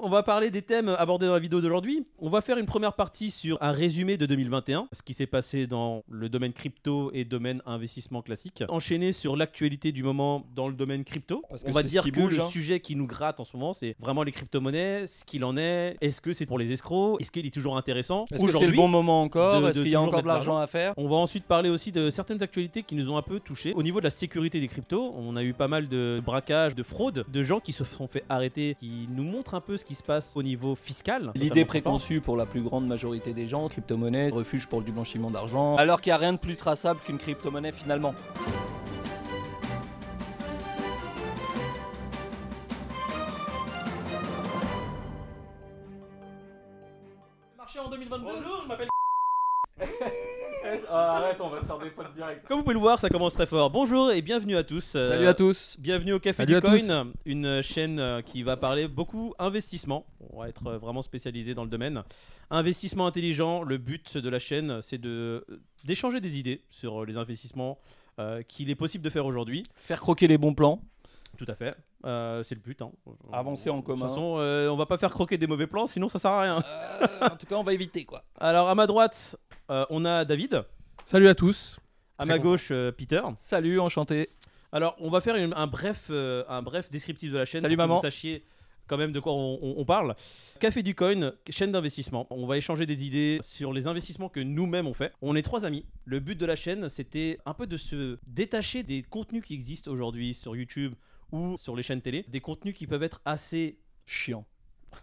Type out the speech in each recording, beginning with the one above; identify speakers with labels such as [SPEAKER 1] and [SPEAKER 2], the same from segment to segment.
[SPEAKER 1] On va parler des thèmes abordés dans la vidéo d'aujourd'hui. On va faire une première partie sur un résumé de 2021, ce qui s'est passé dans le domaine crypto et domaine investissement classique. Enchaîné sur l'actualité du moment dans le domaine crypto.
[SPEAKER 2] Parce que
[SPEAKER 1] on va
[SPEAKER 2] c'est ce
[SPEAKER 1] dire
[SPEAKER 2] qui
[SPEAKER 1] que
[SPEAKER 2] bouge,
[SPEAKER 1] le
[SPEAKER 2] hein.
[SPEAKER 1] sujet qui nous gratte en ce moment, c'est vraiment les crypto-monnaies, ce qu'il en est, est-ce que c'est pour les escrocs, est-ce qu'il est toujours intéressant
[SPEAKER 2] Est-ce que c'est le bon moment encore
[SPEAKER 1] de-
[SPEAKER 2] Est-ce
[SPEAKER 1] de
[SPEAKER 2] qu'il y a
[SPEAKER 1] toujours
[SPEAKER 2] encore de
[SPEAKER 1] mettre
[SPEAKER 2] l'argent à faire
[SPEAKER 1] on va ensuite parler aussi de certaines actualités qui nous ont un peu touchés. Au niveau de la sécurité des cryptos, on a eu pas mal de braquages, de fraudes, de gens qui se sont fait arrêter, qui nous montrent un peu ce qui se passe au niveau fiscal.
[SPEAKER 2] L'idée
[SPEAKER 1] notamment. hein.
[SPEAKER 2] préconçue pour la plus grande majorité des gens, crypto-monnaie, refuge pour du blanchiment d'argent, alors qu'il n'y a rien de plus traçable qu'une crypto-monnaie finalement. Le marché en 2022
[SPEAKER 1] Bonjour, je m'appelle.
[SPEAKER 2] Ah, Arrête, on va se faire des potes direct.
[SPEAKER 1] Comme vous pouvez le voir, ça commence très fort. Bonjour et bienvenue à tous. Euh,
[SPEAKER 3] Salut à tous.
[SPEAKER 1] Bienvenue au Café
[SPEAKER 3] Salut
[SPEAKER 1] du
[SPEAKER 3] à
[SPEAKER 1] Coin,
[SPEAKER 3] tous.
[SPEAKER 1] une chaîne euh, qui va parler beaucoup investissement. On va être euh, vraiment spécialisé dans le domaine. Investissement intelligent, le but de la chaîne, c'est de euh, d'échanger des idées sur les investissements euh, qu'il est possible de faire aujourd'hui.
[SPEAKER 2] Faire croquer les bons plans.
[SPEAKER 1] Tout à fait. Euh, c'est le but. hein.
[SPEAKER 2] Avancer en
[SPEAKER 1] De
[SPEAKER 2] commun.
[SPEAKER 1] toute façon, euh, on va pas faire croquer des mauvais plans, sinon ça sert à rien.
[SPEAKER 2] Euh, en tout cas, on va éviter quoi.
[SPEAKER 1] Alors à ma droite, euh, on a David.
[SPEAKER 3] Salut à tous.
[SPEAKER 1] À
[SPEAKER 3] Très
[SPEAKER 1] ma
[SPEAKER 3] content.
[SPEAKER 1] gauche, euh, Peter.
[SPEAKER 2] Salut, enchanté.
[SPEAKER 1] Alors, on va faire une- un, bref, euh, un bref descriptif de la chaîne
[SPEAKER 2] Salut,
[SPEAKER 1] pour que
[SPEAKER 2] maman.
[SPEAKER 1] vous sachiez quand même de quoi on, on- on parle. Café du Coin, chaîne d'investissement. On va échanger des idées sur les investissements que nous-mêmes on fait. On est trois amis. Le but de la chaîne, c'était un peu de se détacher des contenus qui existent aujourd'hui sur YouTube ou sur les chaînes télé. Des contenus qui peuvent être assez...
[SPEAKER 2] Chiant.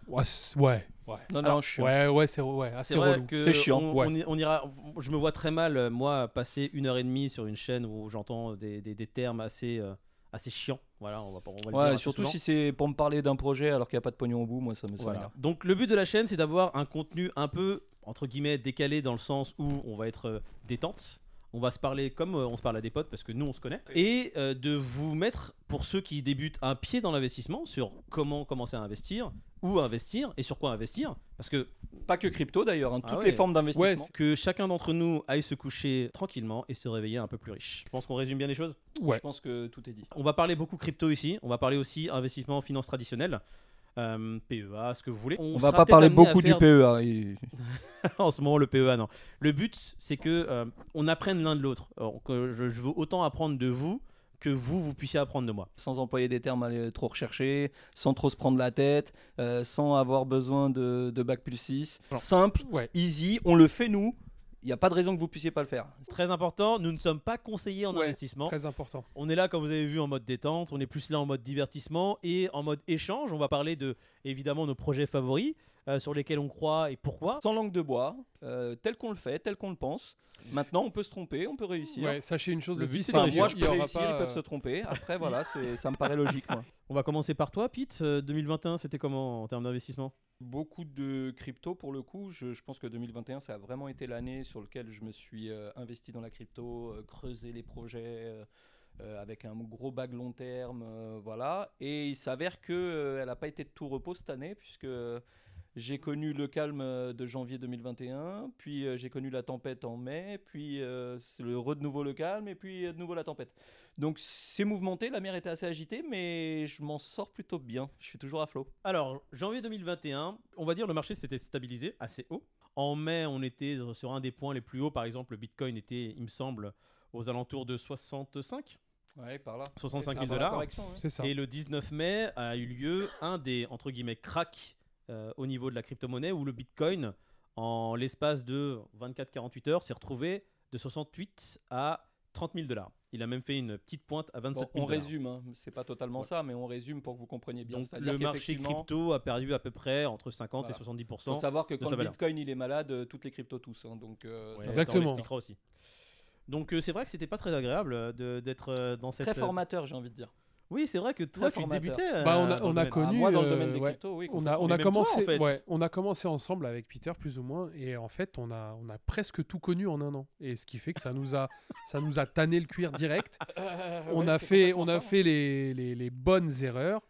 [SPEAKER 3] Ouais, c'est- ouais,
[SPEAKER 2] Non, non, chiant.
[SPEAKER 3] ouais, ouais, c'est ouais, assez
[SPEAKER 1] Ah, C'est vrai
[SPEAKER 3] relou.
[SPEAKER 1] que
[SPEAKER 2] C'est chiant,
[SPEAKER 1] on,
[SPEAKER 3] ouais.
[SPEAKER 1] on y- on ira. Je me vois très mal euh, moi passer une heure et demie sur une chaîne où j'entends des, des- des termes assez euh, assez chiants. Voilà, on va, pas- on va le dire
[SPEAKER 2] Ouais,
[SPEAKER 1] assez
[SPEAKER 2] surtout
[SPEAKER 1] souvent.
[SPEAKER 2] si c'est pour me parler d'un projet alors qu'il n'y a pas de pognon au bout, moi ça me ça
[SPEAKER 1] Voilà.
[SPEAKER 2] m'énerve.
[SPEAKER 1] Donc le but de la chaîne, c'est d'avoir un contenu un peu entre guillemets décalé dans le sens où on va être euh, détente. On va se parler comme euh, on se parle à des potes parce que nous on se connaît et euh, de vous mettre pour ceux qui débutent un pied dans l'investissement sur comment commencer à investir, où investir et sur quoi investir parce que
[SPEAKER 2] Pas que crypto d'ailleurs, hein, toutes
[SPEAKER 1] Ah ouais.
[SPEAKER 2] les formes d'investissement.
[SPEAKER 3] Ouais,
[SPEAKER 1] que chacun d'entre nous aille se coucher tranquillement et se réveiller un peu plus riche. Je pense qu'on résume bien les choses.
[SPEAKER 3] Ouais.
[SPEAKER 2] Je pense que tout est dit.
[SPEAKER 1] On va parler beaucoup crypto ici, on va parler aussi investissement en finance traditionnelle, euh, PEA, ce que vous voulez.
[SPEAKER 2] On va
[SPEAKER 1] sera
[SPEAKER 2] pas
[SPEAKER 1] peut-être
[SPEAKER 2] parler
[SPEAKER 1] amené à
[SPEAKER 2] beaucoup du E
[SPEAKER 1] faire-
[SPEAKER 2] PEA. et-
[SPEAKER 1] en ce moment le PEA non. Le but c'est que euh, on apprenne l'un de l'autre. Alors, que Je, je veux autant apprendre de vous que vous vous puissiez apprendre de moi.
[SPEAKER 2] Sans employer des termes allez, trop recherchés, sans trop se prendre la tête, euh, sans avoir besoin de, de bac plus 6.
[SPEAKER 1] Genre.
[SPEAKER 2] Simple,
[SPEAKER 3] Ouais.
[SPEAKER 2] easy, on le fait nous. Il n'y a pas de raison que vous puissiez pas le faire.
[SPEAKER 1] C'est Très important, nous ne sommes pas conseillers en
[SPEAKER 3] Ouais,
[SPEAKER 1] investissement.
[SPEAKER 3] Très important.
[SPEAKER 1] On est là, comme vous avez vu, en mode détente. On est plus là en mode divertissement et en mode échange. On va parler de, évidemment, nos projets favoris, euh, sur lesquels on croit et pourquoi.
[SPEAKER 2] Sans langue de bois, euh, tel qu'on le fait, tel qu'on le pense. Maintenant, on peut se tromper, on peut réussir.
[SPEAKER 3] Ouais, sachez une chose
[SPEAKER 1] Le
[SPEAKER 3] de
[SPEAKER 1] but, c'est
[SPEAKER 3] Enfin,
[SPEAKER 1] de réussir.
[SPEAKER 2] moi, je
[SPEAKER 3] il y
[SPEAKER 2] peux
[SPEAKER 3] aura
[SPEAKER 2] réussir,
[SPEAKER 3] pas,
[SPEAKER 2] ils peuvent se
[SPEAKER 3] euh,
[SPEAKER 2] tromper. Après, voilà, c'est- ça me paraît logique. moi.
[SPEAKER 1] On va commencer par toi, Pete. Euh, 2021, c'était comment en termes d'investissement
[SPEAKER 2] Beaucoup de crypto pour le coup. Je, je pense que 2021, ça a vraiment été l'année sur laquelle je me suis euh, investi dans la crypto, euh, creusé les projets euh, euh, avec un gros bague long terme. euh, voilà. Et il s'avère qu'elle n'a pas été de tout repos cette année, puisque j'ai connu le calme euh, de janvier 2021, puis euh, j'ai connu la tempête en mai, puis euh, c'est le re de nouveau le calme, et puis euh, de nouveau la tempête. Donc c'est mouvementé, la mer était assez agitée, mais je m'en sors plutôt bien. Je suis toujours à flot.
[SPEAKER 1] Alors, janvier 2021, on va dire le marché s'était stabilisé assez haut. En mai, on était sur un des points les plus hauts. Par exemple, le Bitcoin était, il me semble, aux alentours de 65,
[SPEAKER 2] Ouais, par là.
[SPEAKER 1] 65 000
[SPEAKER 2] Ça va,
[SPEAKER 1] dollars.
[SPEAKER 2] correction, ouais.
[SPEAKER 3] C'est ça.
[SPEAKER 1] Et le 19 mai a eu lieu un des, entre guillemets, cracks euh, au niveau de la crypto-monnaie où le Bitcoin, en l'espace de 24-48 heures, s'est retrouvé de 68 à 30 000 dollars. Il a même fait une petite pointe à 27
[SPEAKER 2] Bon,
[SPEAKER 1] 000
[SPEAKER 2] on
[SPEAKER 1] dollars.
[SPEAKER 2] résume, hein. c'est pas totalement
[SPEAKER 1] Ouais.
[SPEAKER 2] ça, mais on résume pour que vous compreniez bien.
[SPEAKER 1] Donc
[SPEAKER 2] C'est-à-dire
[SPEAKER 1] le marché
[SPEAKER 2] qu'effectivement,
[SPEAKER 1] crypto a perdu à peu près entre 50 et
[SPEAKER 2] Voilà.
[SPEAKER 1] 70
[SPEAKER 2] faut savoir que
[SPEAKER 1] de
[SPEAKER 2] quand
[SPEAKER 1] sa
[SPEAKER 2] le
[SPEAKER 1] valeur.
[SPEAKER 2] Bitcoin il est malade, euh, toutes les cryptos tous. hein. donc euh,
[SPEAKER 1] Ouais,
[SPEAKER 2] ça-
[SPEAKER 1] ça,
[SPEAKER 3] Exactement.
[SPEAKER 1] on l'expliquera aussi. Donc euh, c'est vrai que c'était pas très agréable euh, de- d'être euh, dans cette.
[SPEAKER 2] très formateur, j'ai envie de dire.
[SPEAKER 1] Oui, c'est vrai que toi tu
[SPEAKER 2] formateur.
[SPEAKER 1] débutais. euh,
[SPEAKER 3] Bah, on
[SPEAKER 1] dans
[SPEAKER 3] a-
[SPEAKER 1] le
[SPEAKER 3] on a
[SPEAKER 1] domaine.
[SPEAKER 3] connu-
[SPEAKER 2] Ah, moi, dans le domaine
[SPEAKER 3] euh,
[SPEAKER 2] des
[SPEAKER 3] ouais.
[SPEAKER 2] cryptos, oui.
[SPEAKER 3] on a,
[SPEAKER 1] complètement.
[SPEAKER 3] on,
[SPEAKER 1] Mais
[SPEAKER 3] a
[SPEAKER 1] même
[SPEAKER 3] commencé,
[SPEAKER 1] toi, en fait.
[SPEAKER 3] ouais, on a commencé ensemble avec Peter plus ou moins et en fait on a, on a presque tout connu en un an et ce qui fait que ça nous a, ça nous a tanné le cuir direct.
[SPEAKER 1] Ah
[SPEAKER 3] on a fait, on a fait les, les, les bonnes erreurs,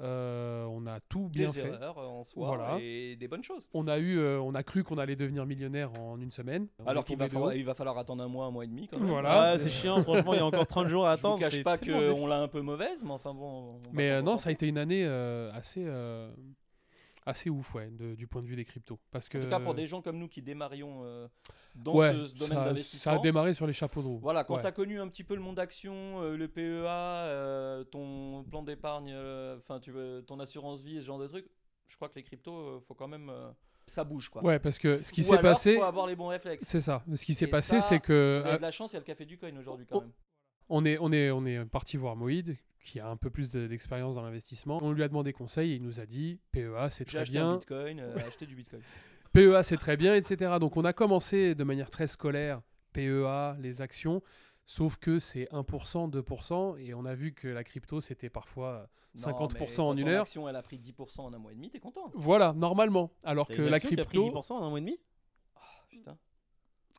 [SPEAKER 3] Euh, on a tout bien
[SPEAKER 2] des
[SPEAKER 3] fait.
[SPEAKER 2] erreurs euh, en soi
[SPEAKER 3] Voilà.
[SPEAKER 2] et des bonnes choses.
[SPEAKER 3] On a eu, euh, on a cru qu'on allait devenir millionnaire en une semaine. On
[SPEAKER 2] Alors
[SPEAKER 3] est
[SPEAKER 2] qu'il
[SPEAKER 3] tombé
[SPEAKER 2] va,
[SPEAKER 3] de
[SPEAKER 2] falloir-
[SPEAKER 3] haut.
[SPEAKER 2] il va falloir attendre un mois, un mois et demi quand même.
[SPEAKER 3] Voilà.
[SPEAKER 1] Ah, c'est chiant, franchement, il y a encore 30 jours à
[SPEAKER 2] Je vous
[SPEAKER 1] attendre.
[SPEAKER 2] cache
[SPEAKER 1] c'est
[SPEAKER 2] pas
[SPEAKER 1] tellement
[SPEAKER 2] qu'on l'a un peu mauvaise, mais enfin bon. on va
[SPEAKER 3] Mais
[SPEAKER 2] s'en
[SPEAKER 3] euh, non,
[SPEAKER 2] contenter.
[SPEAKER 3] ça a été une année euh, assez, euh, assez ouf ouais, de- du point de vue des cryptos. Parce que,
[SPEAKER 2] En tout cas, pour des gens comme nous qui démarrions euh, dans
[SPEAKER 3] ouais,
[SPEAKER 2] ce, ce domaine
[SPEAKER 3] ça, ça a
[SPEAKER 2] d'investissement.
[SPEAKER 3] démarré sur les chapeaux de roue.
[SPEAKER 2] Voilà, quand
[SPEAKER 3] Ouais.
[SPEAKER 2] tu as connu un petit peu le monde action, euh, le PEA, euh, ton plan d'épargne, euh, enfin tu veux ton assurance vie et ce genre de trucs, je crois que les cryptos, euh, faut quand même euh, ça bouge quoi.
[SPEAKER 3] Ouais, parce que ce qui
[SPEAKER 2] Ou
[SPEAKER 3] s'est
[SPEAKER 2] alors,
[SPEAKER 3] passé,
[SPEAKER 2] faut avoir les bons réflexes.
[SPEAKER 3] c'est ça. Ce qui s'est
[SPEAKER 2] Et
[SPEAKER 3] passé,
[SPEAKER 2] ça,
[SPEAKER 3] c'est que
[SPEAKER 2] Vous avez de la chance, il y a le café du coin aujourd'hui quand
[SPEAKER 3] oh.
[SPEAKER 2] même.
[SPEAKER 3] On est, on est, on est parti voir Moïd, qui a un peu plus de- d'expérience dans l'investissement. On lui a demandé conseil et il nous a dit PEA, c'est
[SPEAKER 2] J'ai
[SPEAKER 3] très
[SPEAKER 2] acheté un
[SPEAKER 3] bien.
[SPEAKER 2] bitcoin, euh, acheter du bitcoin.
[SPEAKER 3] PEA, E c'est très bien, etc. Donc on a commencé de manière très scolaire PEA, les actions, sauf que c'est 1%, 2%, et on a vu que la crypto, c'était parfois. euh,
[SPEAKER 2] Non,
[SPEAKER 3] 50%
[SPEAKER 2] mais
[SPEAKER 3] en
[SPEAKER 2] quand
[SPEAKER 3] une
[SPEAKER 2] ton
[SPEAKER 3] heure.
[SPEAKER 2] action, elle a pris 10% en un mois et demi, t'es content.
[SPEAKER 3] Voilà, normalement. Alors
[SPEAKER 1] T'as
[SPEAKER 3] que
[SPEAKER 1] une
[SPEAKER 3] la
[SPEAKER 1] action qui a pris
[SPEAKER 3] crypto.
[SPEAKER 1] 10% en un mois et demi
[SPEAKER 2] Ah, putain,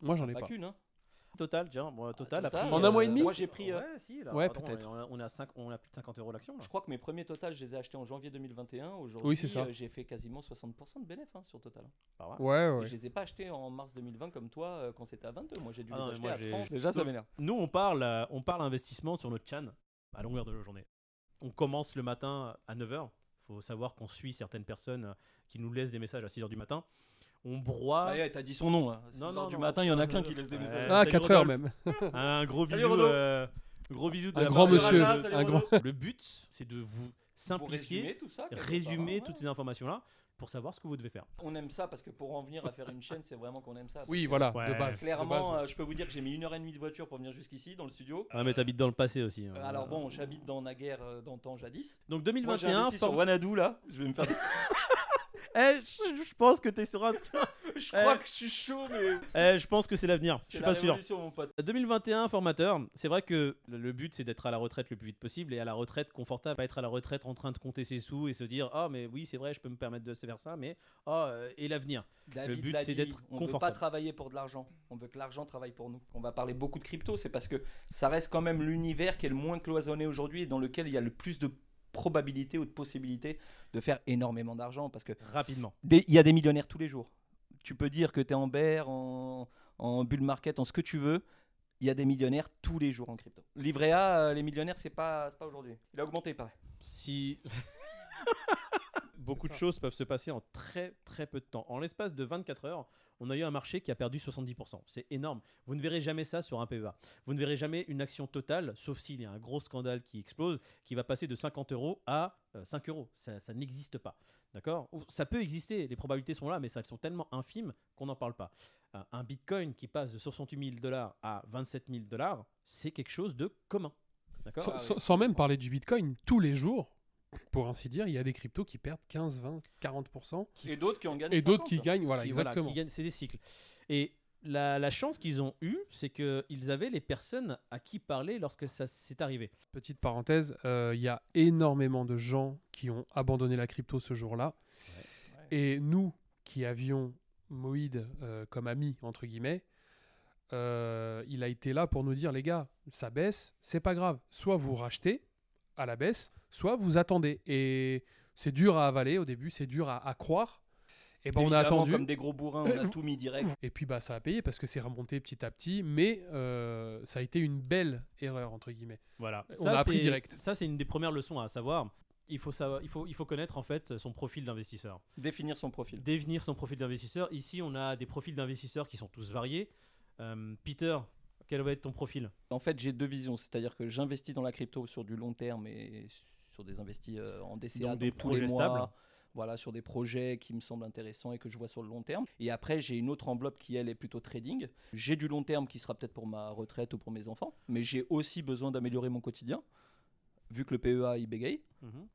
[SPEAKER 3] Moi, j'en ai
[SPEAKER 2] pas
[SPEAKER 3] pas.
[SPEAKER 2] qu'une, hein.
[SPEAKER 1] Total, tiens, bon, Ah, total.
[SPEAKER 2] Total,
[SPEAKER 1] après,
[SPEAKER 3] En un mois et demi
[SPEAKER 2] Moi j'ai pris, euh,
[SPEAKER 1] Ouais, si, là,
[SPEAKER 3] Ouais,
[SPEAKER 1] attends, on est-
[SPEAKER 3] peut-être.
[SPEAKER 1] On, a- on, a cinq- on a plus de 50 euros l'action. là.
[SPEAKER 2] je crois que mes premiers Total, je les ai achetés en janvier 2021. Aujourd'hui,
[SPEAKER 3] Oui, c'est ça.
[SPEAKER 2] euh, j'ai fait quasiment 60% de bénéfices hein, sur Total.
[SPEAKER 1] Pas mal.
[SPEAKER 3] Ouais,
[SPEAKER 2] Et
[SPEAKER 3] Ah ouais.
[SPEAKER 2] Je les ai pas achetés en mars 2020 comme toi euh, quand c'était à 22. Moi j'ai dû
[SPEAKER 1] Ah
[SPEAKER 2] les
[SPEAKER 1] non, mais
[SPEAKER 2] acheter
[SPEAKER 1] moi,
[SPEAKER 2] à
[SPEAKER 1] j'ai-
[SPEAKER 2] 30. Déjà ça
[SPEAKER 1] Donc-
[SPEAKER 2] m'énerve.
[SPEAKER 1] Nous, on parle, euh, on parle investissement sur notre chan à longueur de la journée. On commence le matin à 9h. faut savoir qu'on suit certaines personnes euh, qui nous laissent des messages à 6h du matin. On broie.
[SPEAKER 2] Ça y est, ah t'as dit son nom là.
[SPEAKER 1] Non,
[SPEAKER 2] Six
[SPEAKER 1] non,
[SPEAKER 2] heures du
[SPEAKER 1] non.
[SPEAKER 2] matin, il y en a qu'un
[SPEAKER 1] Euh,
[SPEAKER 2] qui laisse des
[SPEAKER 1] ouais.
[SPEAKER 2] messages.
[SPEAKER 3] Ah,
[SPEAKER 1] Salut,
[SPEAKER 3] 4 heures
[SPEAKER 1] Rodolphe.
[SPEAKER 3] même.
[SPEAKER 1] Un gros
[SPEAKER 2] Salut,
[SPEAKER 1] bisou.
[SPEAKER 2] Renaud.
[SPEAKER 1] euh, gros bisou de
[SPEAKER 3] Un
[SPEAKER 1] la
[SPEAKER 3] grand
[SPEAKER 1] part de
[SPEAKER 3] monsieur.
[SPEAKER 1] Raja.
[SPEAKER 2] salut
[SPEAKER 3] Un
[SPEAKER 2] Renaud.
[SPEAKER 3] grand.
[SPEAKER 1] Le but, c'est de vous
[SPEAKER 2] Pour
[SPEAKER 1] simplifier,
[SPEAKER 2] résumer tout ça. quelque part,
[SPEAKER 1] résumer
[SPEAKER 2] hein.
[SPEAKER 1] toutes ces informations-là pour savoir ce que vous devez faire.
[SPEAKER 2] On aime ça parce que pour en venir à faire une chaîne, c'est vraiment qu'on aime ça.
[SPEAKER 3] Oui, voilà,
[SPEAKER 1] Ouais.
[SPEAKER 3] de base. de
[SPEAKER 2] Clairement,
[SPEAKER 3] base.
[SPEAKER 2] euh, je peux vous dire que j'ai mis une heure et demie de voiture pour venir jusqu'ici dans le studio.
[SPEAKER 1] Ah, mais t'habites dans le passé aussi. hein.
[SPEAKER 2] Euh, Alors bon, j'habite dans Naguère, euh, dans temps jadis.
[SPEAKER 1] Donc
[SPEAKER 2] Moi, j'ai
[SPEAKER 1] 2021,
[SPEAKER 2] investi sur
[SPEAKER 1] forme-
[SPEAKER 2] Wanadu là. Je vais me faire. des-
[SPEAKER 1] Eh, je je pense que t'es sur un.
[SPEAKER 2] je
[SPEAKER 1] Eh.
[SPEAKER 2] crois que je suis chaud, mais
[SPEAKER 1] Eh, je pense que c'est l'avenir. Je
[SPEAKER 2] c'est
[SPEAKER 1] suis
[SPEAKER 2] la
[SPEAKER 1] pas sûr.
[SPEAKER 2] révolution, mon pote.
[SPEAKER 1] 2021, formateur, c'est vrai que le le but c'est d'être à la retraite le plus vite possible et à la retraite confortable, pas être à la retraite en train de compter ses sous et se dire Ah, mais oui, c'est vrai, je peux me permettre de faire ça, mais ah, euh, et l'avenir
[SPEAKER 2] David
[SPEAKER 1] but,
[SPEAKER 2] l'a
[SPEAKER 1] c'est
[SPEAKER 2] dit,
[SPEAKER 1] d'être
[SPEAKER 2] On veut pas
[SPEAKER 1] confortable.
[SPEAKER 2] travailler pour de l'argent. On veut que l'argent travaille pour nous. On va parler beaucoup de crypto, c'est parce que ça reste quand même l'univers qui est le moins cloisonné aujourd'hui et dans lequel il y a le plus de probabilités ou de possibilités de faire énormément d'argent parce que
[SPEAKER 1] Rapidement.
[SPEAKER 2] des- il y a des millionnaires tous les jours. Tu peux dire que tu es en bear, en, en bull market, en ce que tu veux. Il y a des millionnaires tous les jours en crypto. Livret A, euh, les millionnaires, c'est pas, c'est pas aujourd'hui. Il a augmenté, il paraît.
[SPEAKER 1] Si. Beaucoup
[SPEAKER 3] C'est
[SPEAKER 1] de
[SPEAKER 3] ça.
[SPEAKER 1] choses peuvent se passer en très très peu de temps. En l'espace de 24 heures, on a eu un marché qui a perdu 70%. C'est énorme. Vous ne verrez jamais ça sur un PEA. Vous ne verrez jamais une action totale, sauf s'il y a un gros scandale qui explose, qui va passer de 50 euros à euh, 5 euros. Ça, ça n'existe pas. D'accord Ou- Ça peut exister, les probabilités sont là, mais ça- elles sont tellement infimes qu'on n'en parle pas. Un- Un bitcoin qui passe de 68 000 dollars à 27 000 dollars, c'est quelque chose de commun. D'accord
[SPEAKER 3] Sans,
[SPEAKER 2] Ah
[SPEAKER 3] sans-
[SPEAKER 2] oui.
[SPEAKER 3] sans même parler du Bitcoin, tous les jours, pour ainsi dire, il y a des cryptos qui perdent 15, 20, 40%,
[SPEAKER 2] Et d'autres qui en gagnent.
[SPEAKER 3] et d'autres
[SPEAKER 2] 50.
[SPEAKER 3] qui gagnent, voilà,
[SPEAKER 1] qui- voilà, qui
[SPEAKER 3] exactement.
[SPEAKER 1] gagnent- c'est des cycles. Et la, la chance qu'ils ont eue, c'est qu'ils avaient les personnes à qui parler lorsque ça s'est arrivé.
[SPEAKER 3] Petite parenthèse, euh, il y a énormément de gens qui ont abandonné la crypto ce jour-là. Et nous, qui avions Moïd euh, comme ami, entre guillemets, euh, il a été là pour nous dire, les gars, ça baisse, c'est pas grave. Soit vous rachetez à la baisse, soit vous attendez. Et c'est dur à avaler au début, c'est dur à, à croire. Et ben on a
[SPEAKER 2] Bah, Évidemment,
[SPEAKER 3] attendu.
[SPEAKER 2] Comme des gros bourrins, on a
[SPEAKER 3] Eh,
[SPEAKER 2] tout mis direct.
[SPEAKER 3] Et puis bah ça a payé parce que c'est remonté petit à petit, mais euh, ça a été une belle erreur entre guillemets.
[SPEAKER 1] Voilà.
[SPEAKER 3] On a appris
[SPEAKER 1] c'est-
[SPEAKER 3] direct.
[SPEAKER 1] Ça, c'est une des premières leçons à savoir. Il faut, savoir, il faut, il faut connaître en fait son profil d'investisseur.
[SPEAKER 2] Définir son profil.
[SPEAKER 1] Définir son profil d'investisseur. Ici, on a des profils d'investisseurs qui sont tous variés. Euh, Peter, quel va être ton profil
[SPEAKER 2] En fait, j'ai deux visions. C'est-à-dire que j'investis dans la crypto sur du long terme et sur des investis euh, en DCA
[SPEAKER 1] Donc
[SPEAKER 2] donc
[SPEAKER 1] des
[SPEAKER 2] tous les
[SPEAKER 1] projets
[SPEAKER 2] mois.
[SPEAKER 1] stables.
[SPEAKER 2] Voilà, sur des projets qui me semblent intéressants et que je vois sur le long terme. Et après, j'ai une autre enveloppe qui, elle, est plutôt trading. J'ai du long terme qui sera peut-être pour ma retraite ou pour mes enfants. Mais j'ai aussi besoin d'améliorer mon quotidien, vu que le PEA, il bégaye.
[SPEAKER 3] Mhm.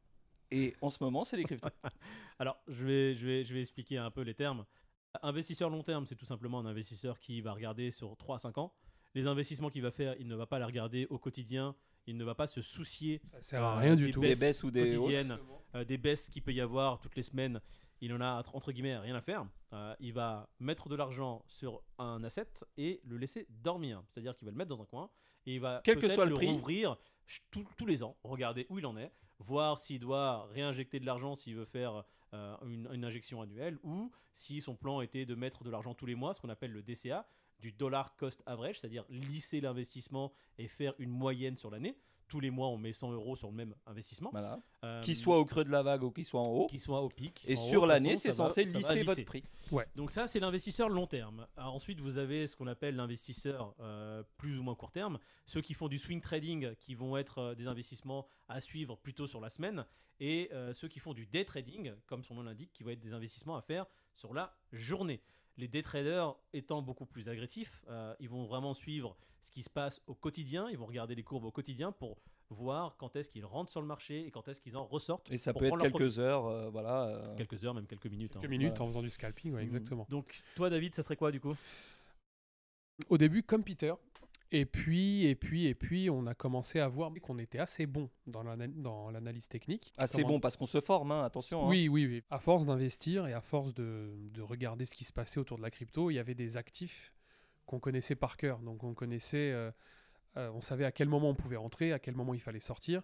[SPEAKER 2] Et en ce moment, c'est les cryptos.
[SPEAKER 1] Alors, je vais, je, vais, je vais expliquer un peu les termes. Investisseur long terme, c'est tout simplement un investisseur qui va regarder sur 3 à 5 ans. Les investissements qu'il va faire, il ne va pas les regarder au quotidien. Il ne va pas se soucier
[SPEAKER 3] Ça sert à
[SPEAKER 1] Euh,
[SPEAKER 3] rien
[SPEAKER 1] des
[SPEAKER 3] du tout.
[SPEAKER 2] Des baisses ou des
[SPEAKER 1] quotidiennes. euh, des baisses qu'il peut y avoir toutes les semaines. Il en a, entre guillemets, rien à faire. Euh, il va mettre de l'argent sur un asset et le laisser dormir. C'est-à-dire qu'il va le mettre dans un coin et il va
[SPEAKER 2] Quel que
[SPEAKER 1] peut-être
[SPEAKER 2] soit le prix.
[SPEAKER 1] rouvrir ch- tout- tous les ans, regarder où il en est, voir s'il doit réinjecter de l'argent s'il veut faire euh, une, une injection annuelle ou si son plan était de mettre de l'argent tous les mois, ce qu'on appelle le DCA, du dollar cost average, c'est-à-dire lisser l'investissement et faire une moyenne sur l'année. tous les mois on met 100 euros sur le même investissement.
[SPEAKER 2] Voilà.
[SPEAKER 1] Euh,
[SPEAKER 2] Bah, Qu'il soit au creux de la vague ou qu'il soit en haut.
[SPEAKER 1] qu'il soit au pic. qu'il
[SPEAKER 2] Oh. Et
[SPEAKER 1] soit en
[SPEAKER 2] sur
[SPEAKER 1] haut, de toute
[SPEAKER 2] l'année,
[SPEAKER 1] façon,
[SPEAKER 2] c'est
[SPEAKER 1] ça va-
[SPEAKER 2] censé
[SPEAKER 1] ça va
[SPEAKER 2] lisser votre
[SPEAKER 1] lisser.
[SPEAKER 2] prix.
[SPEAKER 1] Donc ça, c'est l'investisseur long terme. Alors ensuite, vous avez ce qu'on appelle l'investisseur euh, plus ou moins court terme, ceux qui font du swing trading, qui vont être euh, des investissements à suivre plutôt sur la semaine, et euh, ceux qui font du day trading, comme son nom l'indique, qui vont être des investissements à faire sur la journée. Les day traders étant beaucoup plus agressifs, euh, ils vont vraiment suivre ce qui se passe au quotidien, ils vont regarder les courbes au quotidien pour voir quand est-ce qu'ils rentrent sur le marché et quand est-ce qu'ils en ressortent.
[SPEAKER 2] Et ça
[SPEAKER 1] pour
[SPEAKER 2] peut être
[SPEAKER 1] prendre leur
[SPEAKER 2] quelques heures, euh, voilà. euh,
[SPEAKER 1] profit. quelques heures, même quelques minutes. hein.
[SPEAKER 3] Quelques minutes
[SPEAKER 2] voilà.
[SPEAKER 3] en faisant du scalping, ouais,
[SPEAKER 2] Mhm.
[SPEAKER 3] exactement.
[SPEAKER 1] Donc toi, David, ça serait quoi du coup
[SPEAKER 3] Au début, comme Peter. Et puis, et puis, et puis, on a commencé à voir qu'on était assez bon dans l'ana- dans l'analyse technique.
[SPEAKER 2] Assez
[SPEAKER 3] Comment-
[SPEAKER 2] bon parce qu'on se forme, hein, attention. hein.
[SPEAKER 3] Oui, oui, oui. À force d'investir et à force de, de regarder ce qui se passait autour de la crypto, il y avait des actifs qu'on connaissait par cœur. Donc on connaissait, euh, euh, on savait à quel moment on pouvait rentrer, à quel moment il fallait sortir.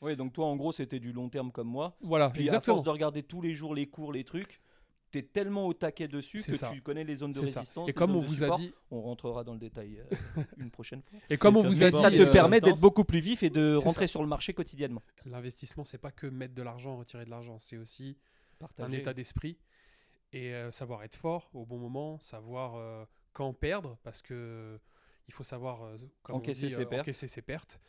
[SPEAKER 2] Ouais, donc toi, en gros, c'était du long terme comme moi.
[SPEAKER 3] Voilà,
[SPEAKER 2] Puis à
[SPEAKER 3] exactement.
[SPEAKER 2] force de regarder tous les jours les cours, les trucs, t'es tellement au taquet dessus
[SPEAKER 3] C'est
[SPEAKER 2] que
[SPEAKER 3] ça.
[SPEAKER 2] tu connais les zones de
[SPEAKER 3] C'est ça.
[SPEAKER 2] résistance.
[SPEAKER 3] Et
[SPEAKER 2] les
[SPEAKER 3] comme
[SPEAKER 2] zones
[SPEAKER 3] on
[SPEAKER 2] de
[SPEAKER 3] vous a
[SPEAKER 2] support.
[SPEAKER 3] dit,
[SPEAKER 2] On rentrera dans le détail euh, une prochaine fois.
[SPEAKER 3] et comme on
[SPEAKER 1] Parce
[SPEAKER 3] vous
[SPEAKER 1] que
[SPEAKER 3] a
[SPEAKER 2] Mais
[SPEAKER 3] dit,
[SPEAKER 2] ça te
[SPEAKER 3] euh,
[SPEAKER 2] permet
[SPEAKER 1] résistance.
[SPEAKER 2] d'être beaucoup plus vif et de
[SPEAKER 3] C'est
[SPEAKER 2] rentrer sur le marché quotidiennement.
[SPEAKER 3] l'investissement, c'est pas que mettre de l'argent, retirer de l'argent, c'est aussi un
[SPEAKER 2] Partager.
[SPEAKER 3] état d'esprit et euh, savoir être fort au bon moment, savoir euh, quand perdre parce que il faut savoir euh, comme on
[SPEAKER 2] Encaisser
[SPEAKER 3] dit,
[SPEAKER 2] ses
[SPEAKER 3] euh,
[SPEAKER 2] pertes.
[SPEAKER 3] encaisser ses pertes.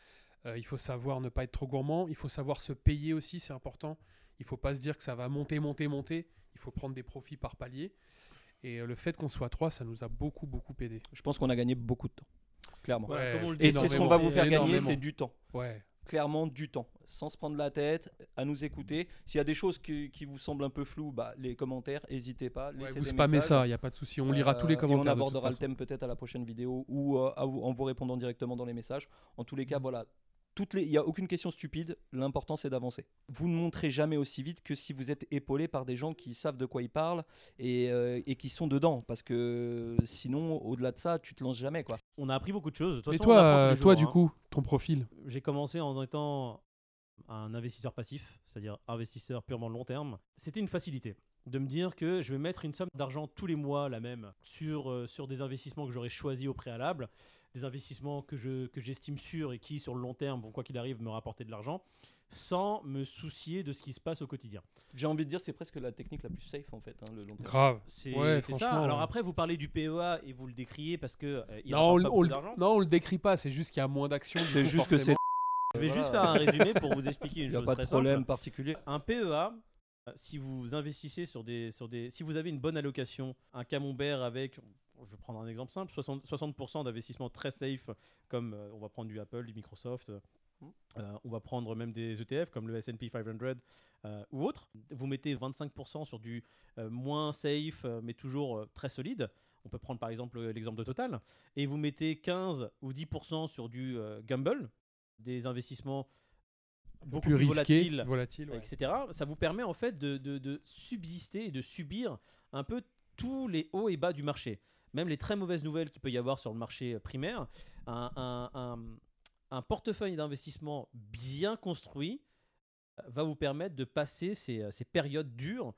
[SPEAKER 3] Euh, il faut savoir ne pas être trop gourmand, il faut savoir se payer aussi, c'est important. Il faut pas se dire que ça va monter, monter, monter. Il faut prendre des profits par palier. Et euh, le fait qu'on soit trois, ça nous a beaucoup, beaucoup aidé.
[SPEAKER 2] Je pense qu'on a gagné beaucoup de temps, clairement.
[SPEAKER 3] Ouais.
[SPEAKER 1] Voilà, comme on le dit,
[SPEAKER 2] Et c'est ce qu'on va vous faire gagner,
[SPEAKER 3] Énormément.
[SPEAKER 2] c'est du temps.
[SPEAKER 3] Ouais,
[SPEAKER 2] Clairement, du temps. Sans se prendre la tête, à nous écouter. S'il y a des choses qui, qui vous semblent un peu floues, bah, les commentaires, n'hésitez pas.
[SPEAKER 3] Ouais,
[SPEAKER 2] Laissez
[SPEAKER 3] vous
[SPEAKER 2] des
[SPEAKER 3] spammez
[SPEAKER 2] messages.
[SPEAKER 3] ça, il n'y a pas de souci. On lira tous les
[SPEAKER 2] Euh, et
[SPEAKER 3] commentaires.
[SPEAKER 2] on
[SPEAKER 3] de
[SPEAKER 2] abordera
[SPEAKER 3] toute
[SPEAKER 2] le
[SPEAKER 3] façon.
[SPEAKER 2] thème peut-être à la prochaine vidéo ou euh, à vous- en vous répondant directement dans les messages. En tous les cas, voilà. Toutes les... Il n'y a aucune question stupide. L'important, c'est d'avancer. Vous ne montrez jamais aussi vite que si vous êtes épaulé par des gens qui savent de quoi ils parlent et, euh, et qui sont dedans. Parce que sinon, au-delà de ça, tu te lances jamais. quoi.
[SPEAKER 1] On a appris beaucoup de choses. De toute
[SPEAKER 3] Et
[SPEAKER 1] façon, on
[SPEAKER 3] toi,
[SPEAKER 1] apprend tous
[SPEAKER 3] euh,
[SPEAKER 1] les
[SPEAKER 3] toi
[SPEAKER 1] jours,
[SPEAKER 3] du
[SPEAKER 1] hein.
[SPEAKER 3] coup, ton profil
[SPEAKER 1] J'ai commencé en étant un investisseur passif, c'est-à-dire investisseur purement long terme. C'était une facilité de me dire que je vais mettre une somme d'argent tous les mois, la même, sur, euh, sur des investissements que j'aurais choisis au préalable, des investissements que, je, que j'estime sûrs et qui, sur le long terme, vont, quoi qu'il arrive, me rapporter de l'argent, sans me soucier de ce qui se passe au quotidien.
[SPEAKER 2] J'ai envie de dire, c'est presque la technique la plus safe en fait, hein, le long terme.
[SPEAKER 3] Grave.
[SPEAKER 1] C'est,
[SPEAKER 3] Ouais,
[SPEAKER 1] c'est ça.
[SPEAKER 3] franchement,
[SPEAKER 1] Alors
[SPEAKER 3] ouais.
[SPEAKER 1] après, vous parlez du PEA et vous le décriez parce que euh, il
[SPEAKER 3] Non on,
[SPEAKER 1] rapporte
[SPEAKER 3] le-
[SPEAKER 1] pas
[SPEAKER 3] on
[SPEAKER 1] beaucoup
[SPEAKER 3] le-
[SPEAKER 1] d'argent.
[SPEAKER 3] non, on le décrit pas, c'est juste qu'il y a moins d'action. du
[SPEAKER 2] C'est
[SPEAKER 3] coup,
[SPEAKER 2] juste que c'est.
[SPEAKER 3] forcément.
[SPEAKER 1] Je vais
[SPEAKER 2] Voilà.
[SPEAKER 1] juste faire un résumé pour vous expliquer
[SPEAKER 2] Il
[SPEAKER 1] une
[SPEAKER 2] n'y a
[SPEAKER 1] chose
[SPEAKER 2] pas de
[SPEAKER 1] très
[SPEAKER 2] problème
[SPEAKER 1] simple.
[SPEAKER 2] particulier.
[SPEAKER 1] Un PEA, euh, si vous investissez sur des, sur des. Si vous avez une bonne allocation, un camembert avec, je vais prendre un exemple simple, 60%, 60% d'investissement très safe, comme euh, on va prendre du Apple, du Microsoft, euh,
[SPEAKER 2] Mm.
[SPEAKER 1] euh, on va prendre même des ETF comme le SP 500 euh, ou autre. Vous mettez 25% sur du euh, moins safe, euh, mais toujours euh, très solide. On peut prendre par exemple euh, l'exemple de Total. Et vous mettez 15 ou 10% sur du euh, Gamble, des investissements beaucoup
[SPEAKER 3] plus
[SPEAKER 1] plus
[SPEAKER 3] risqué,
[SPEAKER 1] volatiles
[SPEAKER 3] volatile, ouais.
[SPEAKER 1] etc. Ça vous permet en fait de, de- de subsister et de subir un peu tous les hauts et bas du marché, même les très mauvaises nouvelles qu'il peut y avoir sur le marché primaire. Un, un- un- un portefeuille d'investissement bien construit euh, va vous permettre de passer ces, euh, ces périodes dures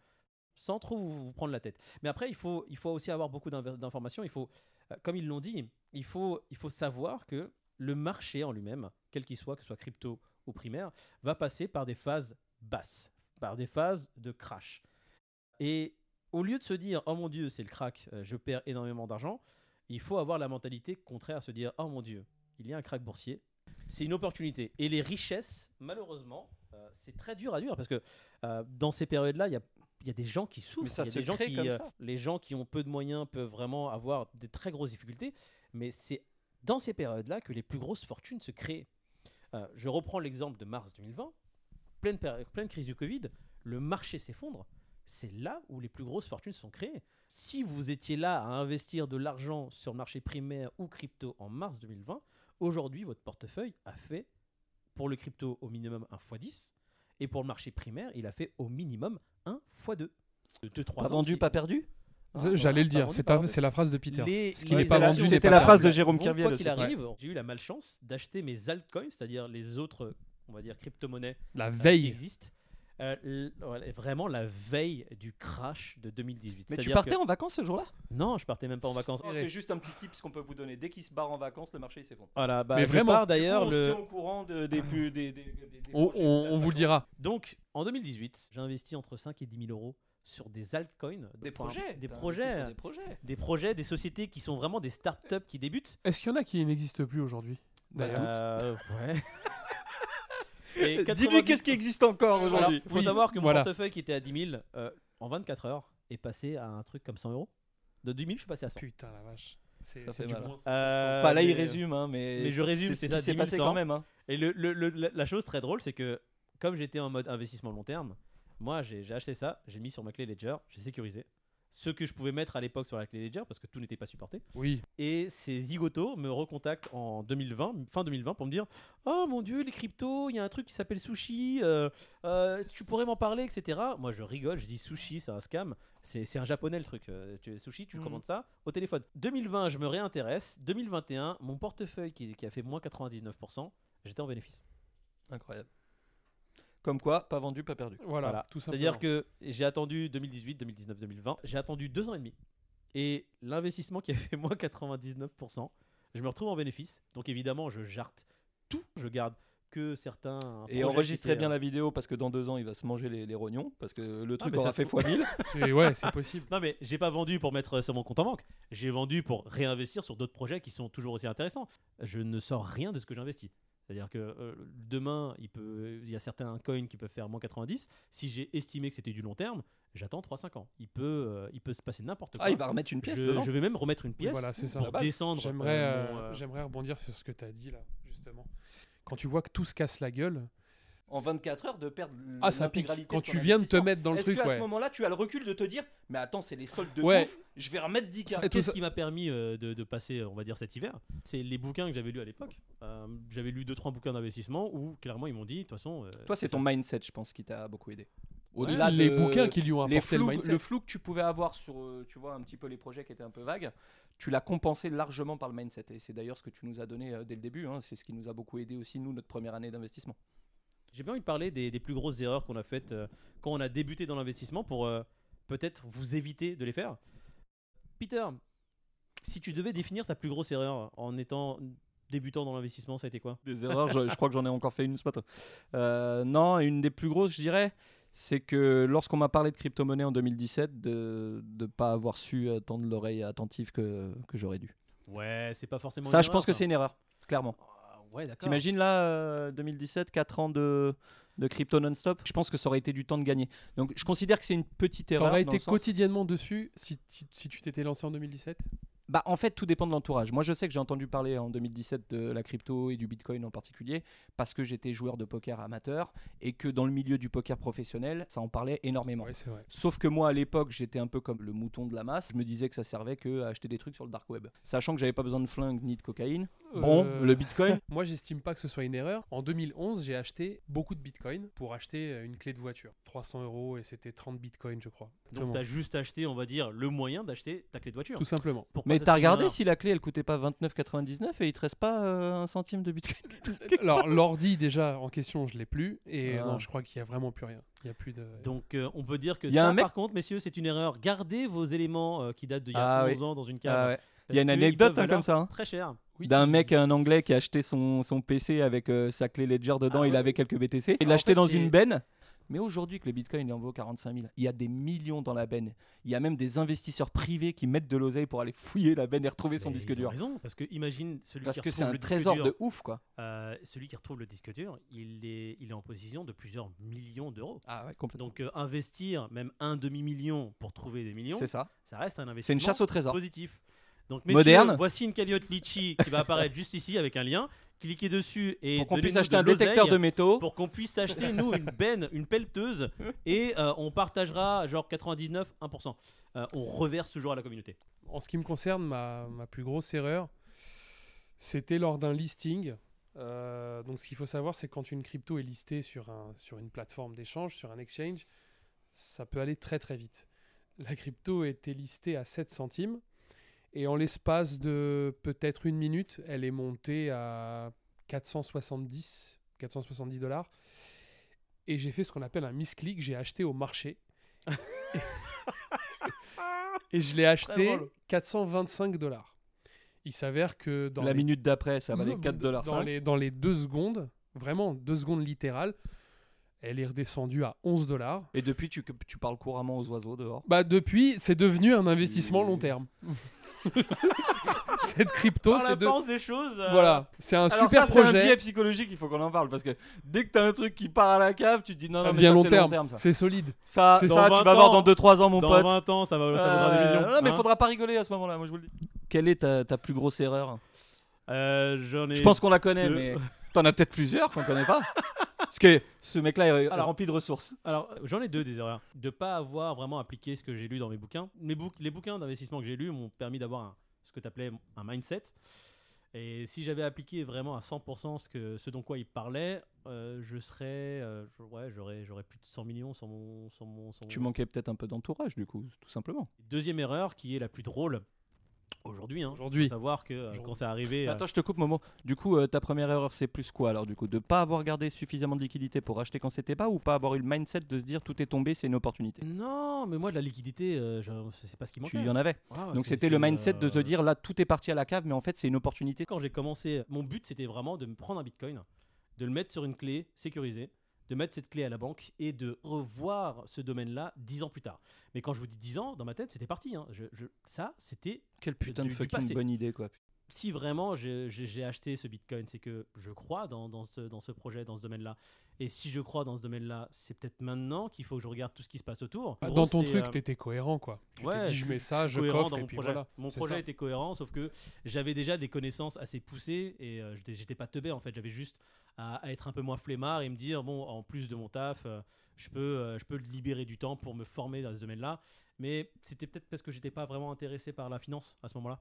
[SPEAKER 1] sans trop vous, vous prendre la tête. Mais après, il faut, il faut aussi avoir beaucoup d'inv- d'informations. Il faut, euh, comme ils l'ont dit, il faut, il faut savoir que le marché en lui-même, quel qu'il soit, que ce soit crypto ou primaire, va passer par des phases basses, par des phases de crash. Et au lieu de se dire oh mon dieu, c'est le crack, euh, je perds énormément d'argent, il faut avoir la mentalité contraire à se dire oh mon dieu, il y a un crack boursier. C'est une opportunité. Et les richesses, malheureusement, euh, c'est très dur à dur parce que euh, dans ces périodes-là, il y a, il y a des gens qui souffrent.
[SPEAKER 2] Mais ça
[SPEAKER 1] il y a
[SPEAKER 2] se
[SPEAKER 1] des gens
[SPEAKER 2] crée
[SPEAKER 1] qui, euh,
[SPEAKER 2] comme ça.
[SPEAKER 1] Les gens qui ont peu de moyens peuvent vraiment avoir des très grosses difficultés. Mais c'est dans ces périodes-là que les plus grosses fortunes se créent. Euh, je reprends l'exemple de mars 2020, pleine, péri- pleine crise du Covid, le marché s'effondre. C'est là où les plus grosses fortunes sont créées. Si vous étiez là à investir de l'argent sur le marché primaire ou crypto en mars 2020, aujourd'hui votre portefeuille a fait, pour le crypto au minimum 1 x 10, et pour le marché primaire, il a fait au minimum 1 x 2. De 2 3
[SPEAKER 2] Pas vendu, pas perdu.
[SPEAKER 1] Ah,
[SPEAKER 3] Z- J'allais le dire, c'est ta- c'est la phrase de Peter.
[SPEAKER 1] les-
[SPEAKER 3] Ce qui
[SPEAKER 1] les
[SPEAKER 3] n'est pas
[SPEAKER 1] actions
[SPEAKER 3] vendu,
[SPEAKER 1] vont
[SPEAKER 3] n'est
[SPEAKER 2] C'était
[SPEAKER 3] pas
[SPEAKER 2] la
[SPEAKER 3] perdu.
[SPEAKER 2] phrase de Jérôme
[SPEAKER 1] Vont, quoi
[SPEAKER 2] Kerviel
[SPEAKER 1] qu'il
[SPEAKER 2] aussi.
[SPEAKER 1] arrive, j'ai eu la malchance d'acheter mes altcoins, c'est-à-dire les autres, on va dire, crypto-monnaies
[SPEAKER 3] La
[SPEAKER 1] euh, qui
[SPEAKER 3] veille.
[SPEAKER 1] existent, euh, l- ouais, vraiment la veille du crash de 2018.
[SPEAKER 2] Mais tu
[SPEAKER 1] C'est-à-dire
[SPEAKER 2] partais
[SPEAKER 1] que-
[SPEAKER 2] en vacances ce jour-là
[SPEAKER 1] Non, je partais même pas en vacances.
[SPEAKER 2] C'est juste un petit tips qu'on peut vous donner. Dès qu'il se barre en vacances, le marché il s'effondre.
[SPEAKER 1] Voilà, bah,
[SPEAKER 3] Mais
[SPEAKER 1] je
[SPEAKER 3] vraiment.
[SPEAKER 1] pars d'ailleurs.
[SPEAKER 2] on se
[SPEAKER 1] Le...
[SPEAKER 2] tient au courant de- des, pu- des, des- des- des
[SPEAKER 3] On,
[SPEAKER 2] projets
[SPEAKER 3] on-
[SPEAKER 2] de
[SPEAKER 3] on vous le
[SPEAKER 2] vacances.
[SPEAKER 3] dira.
[SPEAKER 1] Donc, en 2018, j'ai investi entre 5 et 10 000 euros sur des altcoins.
[SPEAKER 2] Des
[SPEAKER 1] Enfin,
[SPEAKER 2] projets. Bah,
[SPEAKER 1] Des
[SPEAKER 2] t'as investi
[SPEAKER 1] projets. bah,
[SPEAKER 2] sur Des projets.
[SPEAKER 1] Des projets, des sociétés qui sont vraiment des startups qui débutent.
[SPEAKER 3] Est-ce qu'il y en a qui n'existent plus aujourd'hui
[SPEAKER 2] Bah,
[SPEAKER 3] D'ailleurs.
[SPEAKER 1] Euh, ouais. Et 90
[SPEAKER 2] Dis-lui qu'est-ce qui existe encore
[SPEAKER 1] Voilà,
[SPEAKER 2] aujourd'hui.
[SPEAKER 1] faut
[SPEAKER 3] Oui,
[SPEAKER 1] savoir que mon
[SPEAKER 3] voilà.
[SPEAKER 1] portefeuille qui était à 10 000, euh, en 24 heures, est passé à un truc comme 100 euros. De 10 000, je suis passé à 100.
[SPEAKER 3] Putain la vache. C'est
[SPEAKER 2] Ça
[SPEAKER 3] c'est
[SPEAKER 2] fait
[SPEAKER 3] du
[SPEAKER 2] mal.
[SPEAKER 3] moins.
[SPEAKER 1] Euh,
[SPEAKER 2] Enfin, là, il
[SPEAKER 1] mais-
[SPEAKER 2] résume, hein, mais,
[SPEAKER 1] mais je résume, c'est
[SPEAKER 2] ce
[SPEAKER 1] ça,
[SPEAKER 2] qui s'est
[SPEAKER 1] 10
[SPEAKER 2] passé
[SPEAKER 1] 100.
[SPEAKER 2] quand même. hein.
[SPEAKER 1] Et le, le- le- la- la chose très drôle, c'est que comme j'étais en mode investissement long terme, moi j'ai j'ai acheté ça, j'ai mis sur ma clé Ledger, j'ai sécurisé ce que je pouvais mettre à l'époque sur la clé Ledger parce que tout n'était pas supporté.
[SPEAKER 3] Oui.
[SPEAKER 1] Et ces zigotos me recontactent en 2020, fin 2020, pour me dire Oh mon dieu, les cryptos, il y a un truc qui s'appelle sushi, euh, euh, tu pourrais m'en parler, etc. Moi je rigole, je dis sushi, c'est un scam, c'est c'est un japonais le truc. euh, tu- sushi, tu
[SPEAKER 2] Mhm.
[SPEAKER 1] commandes ça au téléphone. 2020, je me réintéresse. 2021, mon portefeuille qui, qui a fait moins 99%, j'étais en bénéfice.
[SPEAKER 2] Incroyable. Comme quoi, pas vendu, pas perdu.
[SPEAKER 3] Voilà.
[SPEAKER 1] Voilà.
[SPEAKER 3] Tout simplement.
[SPEAKER 1] C'est-à-dire que j'ai attendu 2018, 2019, 2020, j'ai attendu deux ans et demi. Et l'investissement qui a fait moins 99%, je me retrouve en bénéfice. Donc évidemment, je jarte tout, je garde que certains.
[SPEAKER 2] Et enregistrez
[SPEAKER 1] euh,
[SPEAKER 2] bien la vidéo parce que dans deux ans, il va se manger les, les rognons parce que le
[SPEAKER 1] Ah,
[SPEAKER 2] truc
[SPEAKER 1] mais ça
[SPEAKER 2] aura
[SPEAKER 1] se
[SPEAKER 2] fait
[SPEAKER 1] trouve-
[SPEAKER 2] x 1000.
[SPEAKER 3] C'est- ouais, c'est possible.
[SPEAKER 1] Non mais j'ai pas vendu pour mettre sur mon compte en banque. J'ai vendu pour réinvestir sur d'autres projets qui sont toujours aussi intéressants. Je ne sors rien de ce que j'investis. C'est-à-dire que euh, demain, il, peut, il y a certains coins qui peuvent faire moins 90. Si j'ai estimé que c'était du long terme, j'attends 3-5 ans. Il peut, euh, il peut se passer n'importe quoi.
[SPEAKER 2] Ah, il va remettre une pièce
[SPEAKER 1] je,
[SPEAKER 2] dedans.
[SPEAKER 1] je vais même remettre une
[SPEAKER 3] Oui,
[SPEAKER 1] pièce
[SPEAKER 3] Voilà, c'est ça.
[SPEAKER 1] pour
[SPEAKER 2] la base.
[SPEAKER 1] descendre.
[SPEAKER 3] J'aimerais,
[SPEAKER 1] euh,
[SPEAKER 3] euh,
[SPEAKER 1] mon, euh,
[SPEAKER 3] j'aimerais rebondir sur ce que tu as dit là, justement. Quand tu vois que tout se casse la gueule,
[SPEAKER 2] En 24 heures de perdre
[SPEAKER 3] ah ça pique.
[SPEAKER 2] l'intégralité
[SPEAKER 3] Quand
[SPEAKER 2] de ton
[SPEAKER 3] tu viens de te
[SPEAKER 2] investissement.
[SPEAKER 3] mettre dans le
[SPEAKER 2] Est-ce
[SPEAKER 3] truc,
[SPEAKER 2] qu'à
[SPEAKER 3] ouais.
[SPEAKER 2] ce moment-là, tu as le recul de te dire Mais attends, c'est les soldes de
[SPEAKER 3] Ouais.
[SPEAKER 2] ouf, je vais remettre 10K
[SPEAKER 3] Et tout
[SPEAKER 1] Qu'est-ce
[SPEAKER 3] ça-
[SPEAKER 1] qui m'a permis euh, de, de passer, euh, on va dire, cet hiver C'est les bouquins que j'avais lus à l'époque. Euh, j'avais lu 2-3 bouquins d'investissement où clairement ils m'ont dit, de toute façon. euh,
[SPEAKER 2] Toi, c'est
[SPEAKER 1] ça-
[SPEAKER 2] ton mindset, je pense, qui t'a beaucoup aidé.
[SPEAKER 3] Ouais,
[SPEAKER 2] Au-delà
[SPEAKER 3] les
[SPEAKER 2] de-
[SPEAKER 3] bouquins qui lui ont
[SPEAKER 2] les
[SPEAKER 3] apporté le
[SPEAKER 2] flous,
[SPEAKER 3] mindset.
[SPEAKER 2] le flou que tu pouvais avoir sur, euh, tu vois, un petit peu les projets qui étaient un peu vagues, tu l'as compensé largement par le mindset. Et c'est d'ailleurs ce que tu nous as donné euh, dès le début. hein. C'est ce qui nous a beaucoup aidé aussi, nous, notre première année d'investissement.
[SPEAKER 1] J'ai bien envie de parler des, des plus grosses erreurs qu'on a faites euh, quand on a débuté dans l'investissement pour euh, peut-être vous éviter de les faire. Peter, si tu devais définir ta plus grosse erreur en étant débutant dans l'investissement, ça a été quoi
[SPEAKER 2] Des erreurs, je, je crois que j'en ai encore fait une ce matin. Euh, non, une des plus grosses, je dirais, c'est que lorsqu'on m'a parlé de crypto-monnaie en 2017, de ne pas avoir su attendre l'oreille attentive que, que j'aurais dû.
[SPEAKER 1] Ouais, c'est pas forcément.
[SPEAKER 2] Ça,
[SPEAKER 1] une
[SPEAKER 2] je
[SPEAKER 1] erreur,
[SPEAKER 2] pense que
[SPEAKER 1] ça.
[SPEAKER 2] c'est une erreur, clairement.
[SPEAKER 1] Ah, ouais, d'accord.
[SPEAKER 2] T'imagines là, euh, 2017, 4 ans de, de crypto non-stop Je pense que ça aurait été du temps de gagner. Donc je considère que c'est une petite erreur.
[SPEAKER 3] T'aurais
[SPEAKER 2] dans
[SPEAKER 3] été
[SPEAKER 2] le sens-
[SPEAKER 3] quotidiennement dessus si, si- si tu t'étais lancé en 2017
[SPEAKER 2] Bah, en fait, tout dépend de l'entourage. Moi, je sais que j'ai entendu parler en 2017 de la crypto et du bitcoin en particulier parce que j'étais joueur de poker amateur et que dans le milieu du poker professionnel, ça en parlait énormément.
[SPEAKER 3] Ouais, c'est vrai.
[SPEAKER 2] Sauf que moi à l'époque j'étais un peu comme le mouton de la masse, je me disais que ça servait que à acheter des trucs sur le dark web. Sachant que j'avais pas besoin de flingue ni de cocaïne. Bon,
[SPEAKER 3] Euh,
[SPEAKER 2] le bitcoin,
[SPEAKER 3] Moi, j'estime pas que ce soit une erreur. En 2011, j'ai acheté beaucoup de bitcoin pour acheter euh, une clé de voiture. 300 euros et c'était 30 bitcoins, je crois.
[SPEAKER 1] Donc
[SPEAKER 3] Exactement.
[SPEAKER 1] t'as juste acheté, on va dire, le moyen d'acheter ta clé de voiture.
[SPEAKER 3] Tout simplement.
[SPEAKER 1] Pourquoi
[SPEAKER 2] mais
[SPEAKER 1] ça
[SPEAKER 2] t'as
[SPEAKER 1] serait une
[SPEAKER 2] regardé
[SPEAKER 1] erreur
[SPEAKER 2] si la clé elle coûtait pas 29,99 et il te reste pas euh, un centime de bitcoin
[SPEAKER 1] Ah
[SPEAKER 3] Alors, l'ordi, déjà, en question, je l'ai plus. Et euh,
[SPEAKER 2] Ah.
[SPEAKER 3] non, je crois qu'il y a vraiment plus rien. Il y a plus de.
[SPEAKER 1] Donc euh, on peut dire que
[SPEAKER 2] Y a
[SPEAKER 1] ça,
[SPEAKER 2] un mec-
[SPEAKER 1] par contre, messieurs, c'est une erreur. Gardez vos éléments euh, qui datent d'il y a
[SPEAKER 2] Ah
[SPEAKER 1] 11
[SPEAKER 2] oui.
[SPEAKER 1] ans dans une
[SPEAKER 2] Ah
[SPEAKER 1] cave.
[SPEAKER 2] ouais.
[SPEAKER 1] parce
[SPEAKER 2] Il y a une
[SPEAKER 1] qu'ils
[SPEAKER 2] anecdote
[SPEAKER 1] peuvent
[SPEAKER 2] hein,
[SPEAKER 1] valoir
[SPEAKER 2] comme ça. hein,
[SPEAKER 1] Très cher.
[SPEAKER 3] Oui.
[SPEAKER 2] D'un mec, un anglais, qui a acheté son, son PC avec euh, sa clé Ledger dedans,
[SPEAKER 1] Ah
[SPEAKER 2] il
[SPEAKER 1] ouais.
[SPEAKER 2] avait quelques BTC,
[SPEAKER 1] En
[SPEAKER 2] il l'a acheté
[SPEAKER 1] fait,
[SPEAKER 2] dans
[SPEAKER 1] c'est-
[SPEAKER 2] une benne. Mais aujourd'hui, que le bitcoin il en vaut 45 000, il y a des millions dans la benne. Il y a même des investisseurs privés qui mettent de l'oseille pour aller fouiller la benne et retrouver son
[SPEAKER 1] Mais
[SPEAKER 2] disque
[SPEAKER 1] ils ont
[SPEAKER 2] dur.
[SPEAKER 1] raison, parce que imagine celui
[SPEAKER 2] Parce
[SPEAKER 1] qui
[SPEAKER 2] que
[SPEAKER 1] retrouve
[SPEAKER 2] c'est un
[SPEAKER 1] le disque
[SPEAKER 2] trésor
[SPEAKER 1] dur,
[SPEAKER 2] de ouf, quoi.
[SPEAKER 1] euh, celui qui retrouve le disque dur, il est, il est en position de plusieurs millions d'euros.
[SPEAKER 2] Ah ouais, complètement.
[SPEAKER 1] Donc euh, investir même un demi million pour trouver des millions,
[SPEAKER 2] C'est ça.
[SPEAKER 1] ça reste un investissement.
[SPEAKER 2] C'est une chasse au trésor.
[SPEAKER 1] positif. Donc, messieurs,
[SPEAKER 2] Moderne.
[SPEAKER 1] voici une cagnotte litchi qui va apparaître juste ici avec un lien. Cliquez dessus et
[SPEAKER 2] Pour qu'on puisse
[SPEAKER 1] donnez-nous
[SPEAKER 2] acheter
[SPEAKER 1] de
[SPEAKER 2] un détecteur
[SPEAKER 1] l'oseille
[SPEAKER 2] de métaux.
[SPEAKER 1] pour qu'on puisse acheter nous une benne, une pelleteuse et euh, on partagera genre 99 1%. Euh, on reverse toujours à la communauté.
[SPEAKER 3] En ce qui me concerne, ma, ma plus grosse erreur, c'était lors d'un listing. Euh, donc, ce qu'il faut savoir, c'est que quand une crypto est listée sur, un, sur une plateforme d'échange, sur un exchange, ça peut aller très très vite. La crypto était listée à 7 centimes et en l'espace de peut-être une minute, elle est montée à 470, 470 dollars. Et j'ai fait ce qu'on appelle un misclick, j'ai acheté au marché. et je l'ai acheté
[SPEAKER 1] drôle.
[SPEAKER 3] 425 dollars. Il s'avère que dans
[SPEAKER 2] La
[SPEAKER 3] les-
[SPEAKER 2] minute d'après, ça valait
[SPEAKER 3] Non,
[SPEAKER 2] 4 dollars.
[SPEAKER 3] Dans les, dans les deux secondes, vraiment deux secondes littérales, elle est redescendue à 11 dollars.
[SPEAKER 2] Et depuis, tu, que- tu parles couramment aux oiseaux dehors.
[SPEAKER 3] Bah depuis, c'est devenu un investissement
[SPEAKER 2] Tu-
[SPEAKER 3] long terme. Cette crypto,
[SPEAKER 1] Par la
[SPEAKER 3] Oh, c'est de...
[SPEAKER 1] force des choses. euh,
[SPEAKER 3] voilà, c'est un
[SPEAKER 2] Alors
[SPEAKER 3] super
[SPEAKER 2] ça, c'est un
[SPEAKER 3] projet.
[SPEAKER 2] biais psychologique, il faut qu'on en parle parce que dès que t'as un truc qui part à la cave, tu te dis non,
[SPEAKER 3] Ça
[SPEAKER 2] non, mais
[SPEAKER 3] devient
[SPEAKER 2] ça,
[SPEAKER 3] long,
[SPEAKER 2] c'est
[SPEAKER 3] terme.
[SPEAKER 2] ça.
[SPEAKER 3] c'est solide.
[SPEAKER 2] Ça,
[SPEAKER 3] C'est-
[SPEAKER 2] ça,
[SPEAKER 1] Dans 20
[SPEAKER 2] tu vas voir dans
[SPEAKER 1] ans.
[SPEAKER 2] 2-3 ans, mon
[SPEAKER 1] Dans
[SPEAKER 2] pote.
[SPEAKER 1] 20 ans, ça, va, ça vaudra des
[SPEAKER 2] Euh,
[SPEAKER 1] millions.
[SPEAKER 2] Non, mais
[SPEAKER 1] hein.
[SPEAKER 2] faudra pas rigoler à ce moment-là, moi je vous le dis. Quelle est ta, ta plus grosse erreur
[SPEAKER 1] Euh, J'en ai.
[SPEAKER 2] Je pense qu'on la connaît,
[SPEAKER 1] deux.
[SPEAKER 2] mais t'en as peut-être plusieurs qu'on connaît pas. Parce que ce mec-là est
[SPEAKER 1] Alors-
[SPEAKER 2] rempli de ressources.
[SPEAKER 1] Alors, euh, j'en ai deux des erreurs. De pas avoir vraiment appliqué ce que j'ai lu dans mes bouquins. Mes bouc- les bouquins d'investissement que j'ai lus m'ont permis d'avoir un- ce que tu appelais un mindset. Et si j'avais appliqué vraiment à 100% ce, que, ce dont quoi il parlait, euh, je serais. euh, je- ouais, j'aurais, j'aurais plus de 100 millions sur mon. Sur mon, sur
[SPEAKER 2] Tu
[SPEAKER 1] mon-
[SPEAKER 2] manquais peut-être un peu d'entourage, du coup, tout simplement.
[SPEAKER 1] Deuxième erreur qui est la plus drôle aujourd'hui. Hein,
[SPEAKER 3] Aujourd'hui.
[SPEAKER 1] Faut savoir que euh,
[SPEAKER 3] Aujourd'hui.
[SPEAKER 1] quand c'est arrivé. euh,
[SPEAKER 2] Bah, Attends, je te coupe, Momo. Du coup, euh, ta première erreur, c'est plus quoi alors du coup De pas avoir gardé suffisamment de liquidité pour acheter quand c'était pas ou pas avoir eu le mindset de se dire tout est tombé, c'est une opportunité
[SPEAKER 1] non, mais moi, de la liquidité, euh, je c'est pas ce qui manquait.
[SPEAKER 2] Tu y en avais.
[SPEAKER 1] Ah,
[SPEAKER 2] Donc
[SPEAKER 1] c'est-
[SPEAKER 2] c'était le
[SPEAKER 1] c'est,
[SPEAKER 2] mindset de te
[SPEAKER 1] euh,
[SPEAKER 2] dire là tout est parti à la cave, mais en fait c'est une opportunité.
[SPEAKER 1] quand j'ai commencé, mon but c'était vraiment de me prendre un bitcoin, de le mettre sur une clé sécurisée, de mettre cette clé à la banque et de revoir ce domaine-là dix ans plus tard. Mais quand je vous dis dix ans, dans ma tête, c'était parti. hein. Je- je- ça, c'était
[SPEAKER 2] Quelle putain
[SPEAKER 1] du-
[SPEAKER 2] de
[SPEAKER 1] du
[SPEAKER 2] fucking
[SPEAKER 1] passé.
[SPEAKER 2] bonne idée quoi.
[SPEAKER 1] si vraiment j'ai j'ai- j'ai acheté ce bitcoin, c'est que je crois dans, dans ce, dans ce projet, dans ce domaine-là. Et si je crois dans ce domaine-là, c'est peut-être maintenant qu'il faut que je regarde tout ce qui se passe autour. En
[SPEAKER 3] Bah, dans
[SPEAKER 1] gros,
[SPEAKER 3] ton
[SPEAKER 1] c'est,
[SPEAKER 3] truc,
[SPEAKER 1] euh,
[SPEAKER 3] t'étais cohérent quoi. Tu t'es
[SPEAKER 1] ouais,
[SPEAKER 3] dit, je mets ça, je
[SPEAKER 1] cohérent
[SPEAKER 3] coffre
[SPEAKER 1] dans
[SPEAKER 3] et
[SPEAKER 1] mon
[SPEAKER 3] puis
[SPEAKER 1] projet.
[SPEAKER 3] voilà.
[SPEAKER 1] Mon
[SPEAKER 3] C'est
[SPEAKER 1] projet
[SPEAKER 3] ça.
[SPEAKER 1] était cohérent, sauf que j'avais déjà des connaissances assez poussées et euh, j'étais j'étais pas teubé en fait. J'avais juste à, à être un peu moins flemmard et me dire bon, en plus de mon taf, euh, je peux, euh, je peux libérer du temps pour me former dans ce domaine-là. Mais c'était peut-être parce que j'étais pas vraiment intéressé par la finance à ce moment-là.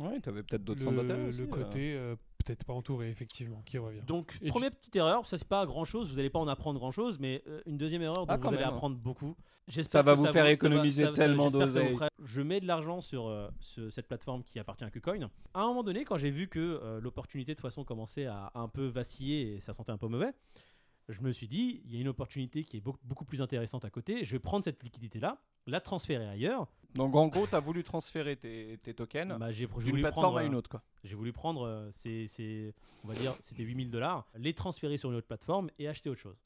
[SPEAKER 2] Ouais, t'avais peut-être d'autres centres d'intérêt
[SPEAKER 3] Le,
[SPEAKER 2] aussi,
[SPEAKER 3] le
[SPEAKER 2] euh.
[SPEAKER 3] côté euh, peut-être pas entouré effectivement qui revient.
[SPEAKER 1] Donc
[SPEAKER 3] Et
[SPEAKER 1] première petite erreur, ça c'est pas grand chose, vous allez pas en apprendre grand chose, mais euh, une deuxième erreur dont
[SPEAKER 2] Ah,
[SPEAKER 1] vous
[SPEAKER 2] quand
[SPEAKER 1] allez
[SPEAKER 2] même.
[SPEAKER 1] apprendre beaucoup. J'espère
[SPEAKER 2] Ça va
[SPEAKER 1] que
[SPEAKER 2] vous faire
[SPEAKER 1] ça va-
[SPEAKER 2] économiser tellement
[SPEAKER 1] j'espère que ça vous
[SPEAKER 2] d'oseille.
[SPEAKER 1] fera- Je mets de l'argent sur euh, ce- cette plateforme qui appartient à KuCoin. À un moment donné, quand j'ai vu que euh, l'opportunité de toute façon commençait à un peu vaciller et ça sentait un peu mauvais, je me suis dit il y a une opportunité qui est beaucoup, beaucoup plus intéressante à côté. Je vais prendre cette liquidité là, la transférer ailleurs.
[SPEAKER 2] Donc en gros, t'as voulu transférer tes, tes tokens
[SPEAKER 1] Bah, j'ai j'ai
[SPEAKER 2] d'une
[SPEAKER 1] voulu
[SPEAKER 2] plateforme
[SPEAKER 1] prendre
[SPEAKER 2] à
[SPEAKER 1] euh,
[SPEAKER 2] une autre quoi.
[SPEAKER 1] j'ai voulu prendre euh, ces, ces- on va dire, c'était 8000 dollars, les transférer sur une autre plateforme et acheter autre chose.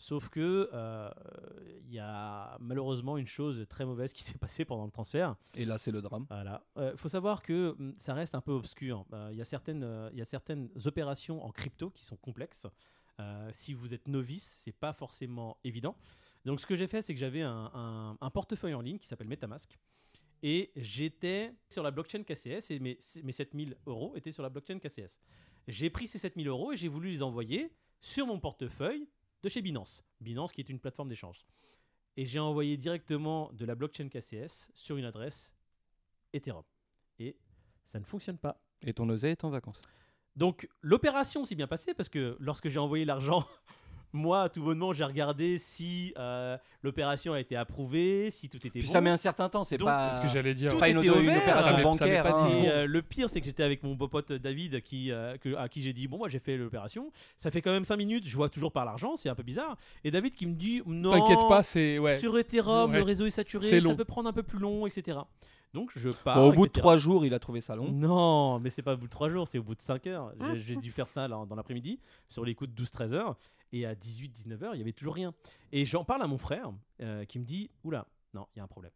[SPEAKER 1] Sauf que euh, il y a malheureusement une chose très mauvaise qui s'est passée pendant le transfert.
[SPEAKER 2] Et là, c'est le drame.
[SPEAKER 1] Voilà. Euh, faut savoir que hum, ça reste un peu obscur. Euh, Il y, a certaines, euh, il y a certaines opérations en crypto qui sont complexes. Euh, si vous êtes novice, c'est pas forcément évident. Donc, ce que j'ai fait, c'est que j'avais un, un- un portefeuille en ligne qui s'appelle MetaMask. Et j'étais sur la blockchain KCS et mes, mes 7000 euros étaient sur la blockchain KCS. J'ai pris ces 7000 euros et j'ai voulu les envoyer sur mon portefeuille de chez Binance. Binance qui est une plateforme d'échange. Et j'ai envoyé directement de la blockchain KCS sur une adresse Ethereum. Et ça ne fonctionne pas.
[SPEAKER 2] Et ton oseille est en vacances.
[SPEAKER 1] Donc l'opération s'est bien passée parce que lorsque j'ai envoyé l'argent, moi, tout bonnement, j'ai regardé si euh, l'opération a été approuvée, si tout était
[SPEAKER 2] Puis
[SPEAKER 1] bon.
[SPEAKER 2] ça met un certain temps, c'est
[SPEAKER 1] Donc,
[SPEAKER 2] pas.
[SPEAKER 3] C'est ce que j'allais dire.
[SPEAKER 1] tout
[SPEAKER 2] pas une,
[SPEAKER 1] était
[SPEAKER 2] auto- une
[SPEAKER 1] ouvert. Ça
[SPEAKER 2] opération
[SPEAKER 1] met-
[SPEAKER 3] ça met
[SPEAKER 2] bancaire.
[SPEAKER 3] pas
[SPEAKER 2] hein.
[SPEAKER 3] dix secondes.
[SPEAKER 1] Et, euh, le pire, c'est que j'étais avec mon beau pote David qui, euh, que- à qui j'ai dit Bon, moi j'ai fait l'opération, ça fait quand même 5 minutes, je vois toujours par l'argent, c'est un peu bizarre. Et David qui me dit Non,
[SPEAKER 3] T'inquiète pas, c'est ouais.
[SPEAKER 1] sur Ethereum,
[SPEAKER 3] Ouais.
[SPEAKER 1] le réseau est
[SPEAKER 3] C'est
[SPEAKER 1] saturé,
[SPEAKER 3] long.
[SPEAKER 1] ça peut prendre un peu plus long, etc. Donc je pars.
[SPEAKER 2] Bon, au bout de
[SPEAKER 1] etc..
[SPEAKER 2] trois jours, il a trouvé ça long. Ah.
[SPEAKER 1] Non, mais c'est pas au bout de 3 jours, c'est au bout de 5 heures. J'ai- J'ai dû faire ça là, dans l'après-midi, sur les coups de 12-13 heures. Et à 18-19 heures, il y avait toujours rien. Et j'en parle à mon frère euh, qui me dit Oula, non, il y a un problème.